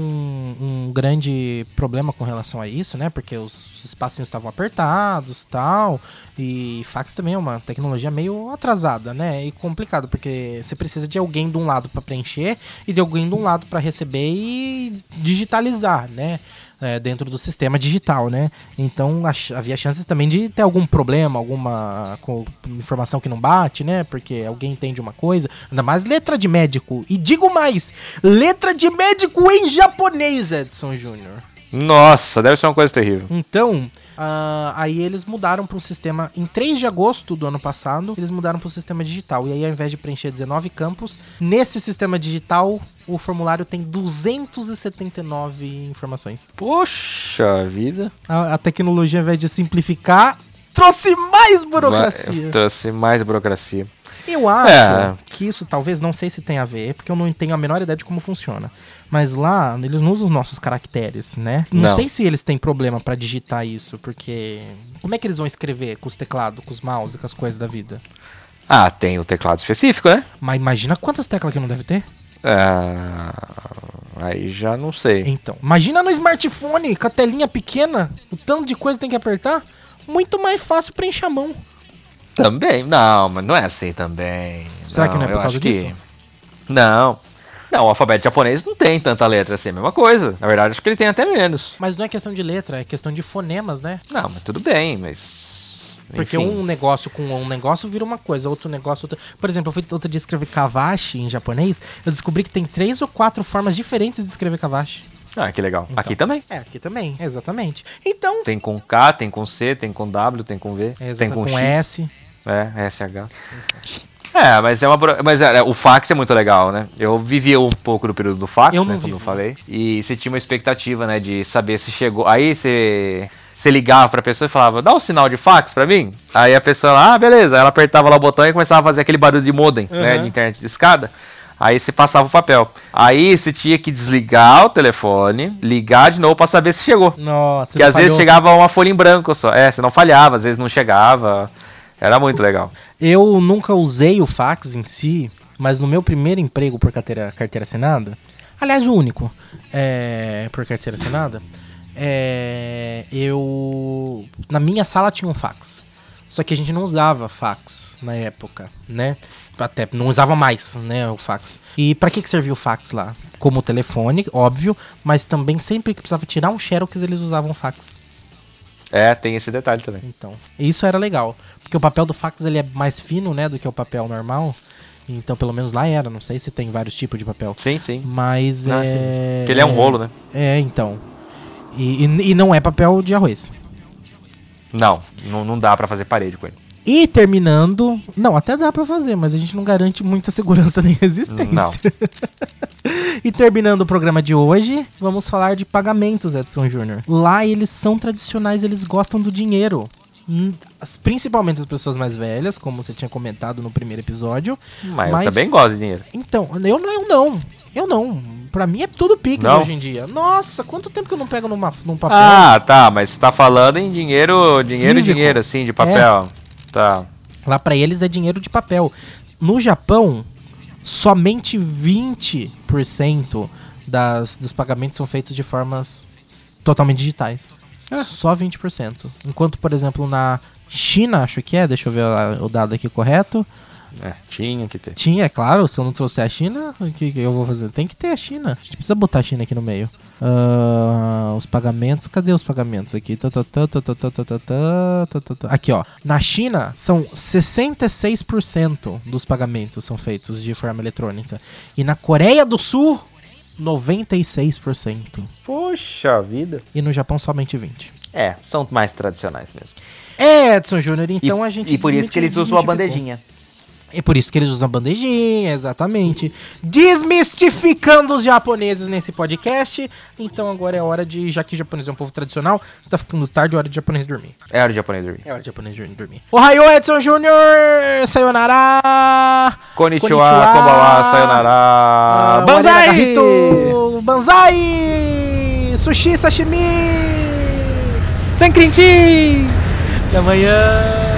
Speaker 3: um grande problema com relação a isso, né? Porque os espacinhos estavam apertados tal. E fax também é uma tecnologia meio atrasada, né? E complicada, porque você precisa de alguém de um lado pra preencher e de alguém de um lado pra receber e digitalizar, né? É, dentro do sistema digital, né? Então a ch- havia chances também de ter algum problema, alguma co- informação que não bate, né? Porque alguém entende uma coisa, ainda mais letra de médico. E digo mais, letra de médico em japonês, Edson Júnior.
Speaker 2: Nossa, deve ser uma coisa terrível.
Speaker 3: Então, ah, aí eles mudaram para um sistema. Em 3 de agosto do ano passado, eles mudaram para um sistema digital. E aí, ao invés de preencher 19 campos, nesse sistema digital, o formulário tem 279 informações.
Speaker 2: Poxa vida.
Speaker 3: A, a tecnologia, ao invés de simplificar, trouxe mais burocracia.
Speaker 2: Vai- Trouxe mais burocracia.
Speaker 3: Eu acho
Speaker 2: É.
Speaker 3: que isso talvez, não sei se tem a ver, porque eu não tenho a menor ideia de como funciona. Mas lá, eles não usam os nossos caracteres, né? Não,
Speaker 2: Não.
Speaker 3: sei se eles têm problema pra digitar isso, porque. Como é que eles vão escrever com os teclados, com os mouse, com as coisas da vida?
Speaker 2: Ah, tem o teclado específico, né?
Speaker 3: Mas imagina quantas teclas que não deve ter?
Speaker 2: Ah, aí já não sei.
Speaker 3: Então, imagina no smartphone, com a telinha pequena, o tanto de coisa que tem que apertar. Muito mais fácil preencher a mão.
Speaker 2: Também, não, mas não é assim também.
Speaker 3: Será que não é por
Speaker 2: eu
Speaker 3: causa
Speaker 2: acho que-
Speaker 3: disso?
Speaker 2: Não. Não, o alfabeto japonês não tem tanta letra assim, é a mesma coisa. Na verdade, acho que ele tem até menos.
Speaker 3: Mas não é questão de letra, é questão de fonemas, né?
Speaker 2: Não, mas tudo bem, mas.
Speaker 3: Porque
Speaker 6: Enfim.
Speaker 3: um negócio com um negócio vira uma coisa, outro negócio... Outra... Por exemplo, eu fui outro dia escrever Kawashi em japonês, eu descobri que tem três ou quatro formas diferentes de escrever Kawashi.
Speaker 2: Ah, que legal. Aqui também.
Speaker 3: É, aqui também, exatamente. Então...
Speaker 6: Tem com K, tem com C, tem com W, tem com V, tem
Speaker 3: É, Exata-
Speaker 6: com, X.
Speaker 3: S.
Speaker 6: É, SH. É, mas é uma. bro- Mas é, o fax é muito legal, né? Eu vivi um pouco do período do fax,
Speaker 3: Eu
Speaker 6: né?
Speaker 3: não
Speaker 6: Como eu
Speaker 3: vivi.
Speaker 6: falei. E você tinha uma expectativa, né? De saber se chegou. Aí você. Você ligava pra pessoa e falava, dá um sinal de fax pra mim? Aí a pessoa, ah, beleza. Ela apertava lá o botão e começava a fazer aquele barulho de modem, né? De internet de escada. Aí você passava o papel. Aí você tinha que desligar o telefone, ligar de novo pra saber se chegou.
Speaker 3: Nossa,
Speaker 2: Que
Speaker 3: não
Speaker 2: às vezes
Speaker 3: falhou.
Speaker 2: chegava uma folha em branco só. É, você não falhava, às vezes não chegava. Era muito legal.
Speaker 3: Eu nunca usei o fax em si, mas no meu primeiro emprego por carteira, carteira assinada, aliás, o único é, por carteira assinada, é, eu. Na minha sala tinha um fax. Só que a gente não usava fax na época, né? Até não usava mais, né, o fax. E pra que, que servia o fax lá? Como telefone, óbvio, mas também sempre que precisava tirar um xerox, eles usavam o fax.
Speaker 2: É, tem esse detalhe também.
Speaker 3: Então, isso era legal. Porque o papel do fax ele é mais fino, né, do que o papel normal. Então, pelo menos lá era. Não sei se tem vários tipos de papel.
Speaker 2: Sim, sim.
Speaker 3: Mas
Speaker 2: Ah, sim, sim.
Speaker 3: é...
Speaker 2: Porque ele é um rolo, né?
Speaker 3: É, então. E, e, e não é papel de arroz.
Speaker 2: Não, não, não dá pra fazer parede com ele.
Speaker 3: E terminando... Não, até dá pra fazer, mas a gente não garante muita segurança nem resistência.
Speaker 2: Não.
Speaker 3: e terminando o programa de hoje, vamos falar de pagamentos, Edson Júnior. Lá eles são tradicionais, eles gostam do dinheiro. Hum, as- Principalmente as pessoas mais velhas, como você tinha comentado no primeiro episódio.
Speaker 2: Mas, eu também gosto de dinheiro.
Speaker 3: Então, eu não, eu não. Eu não. Pra mim é tudo Pix
Speaker 2: Não?
Speaker 3: hoje em dia. Nossa, quanto tempo que eu não pego numa, num papel?
Speaker 2: Ah, tá, mas você tá falando em dinheiro, dinheiro e
Speaker 3: Físico. É.
Speaker 2: dinheiro, assim, de papel. Tá.
Speaker 3: Lá pra eles é dinheiro de papel. No Japão, somente 20% das, dos pagamentos são feitos de formas s- totalmente digitais. Só 20%. Enquanto, por exemplo, na China, acho que é, deixa eu ver lá o dado aqui correto.
Speaker 2: É, tinha que ter.
Speaker 3: Tinha, é claro, se eu não trouxer a China, o que, que eu vou fazer? Tem que ter a China. A gente precisa botar a China aqui no meio. Ah, os pagamentos, cadê os pagamentos aqui? Tá, tá, tá, tá, tá, tá, tá, tá, tá, tá, tá, tá. Aqui, ó. Na China, são 66% dos pagamentos são feitos de forma eletrônica. E na Coreia do Sul, 96%.
Speaker 2: Poxa vida.
Speaker 3: E no Japão, somente 20%.
Speaker 2: É, são mais tradicionais mesmo.
Speaker 3: É, Edson Júnior, então a gente
Speaker 2: e por isso que eles usam a
Speaker 3: desmistificou.
Speaker 2: bandejinha.
Speaker 3: É por isso que eles usam bandejinha, exatamente. Desmistificando os japoneses nesse podcast. Então agora é hora de, já que o japonês é um povo tradicional, tá ficando tarde, é hora de japonês dormir.
Speaker 2: É hora de japonês dormir.
Speaker 3: É hora de japonês dormir. dormir. Ohayou, Edson Júnior! Sayonara!
Speaker 2: Konnichiwa, konbawa,
Speaker 3: Ah,
Speaker 2: sayonara.
Speaker 3: Banzai!
Speaker 2: Banzai!
Speaker 3: Banzai! Sushi, sashimi! Sem crintis! Até amanhã!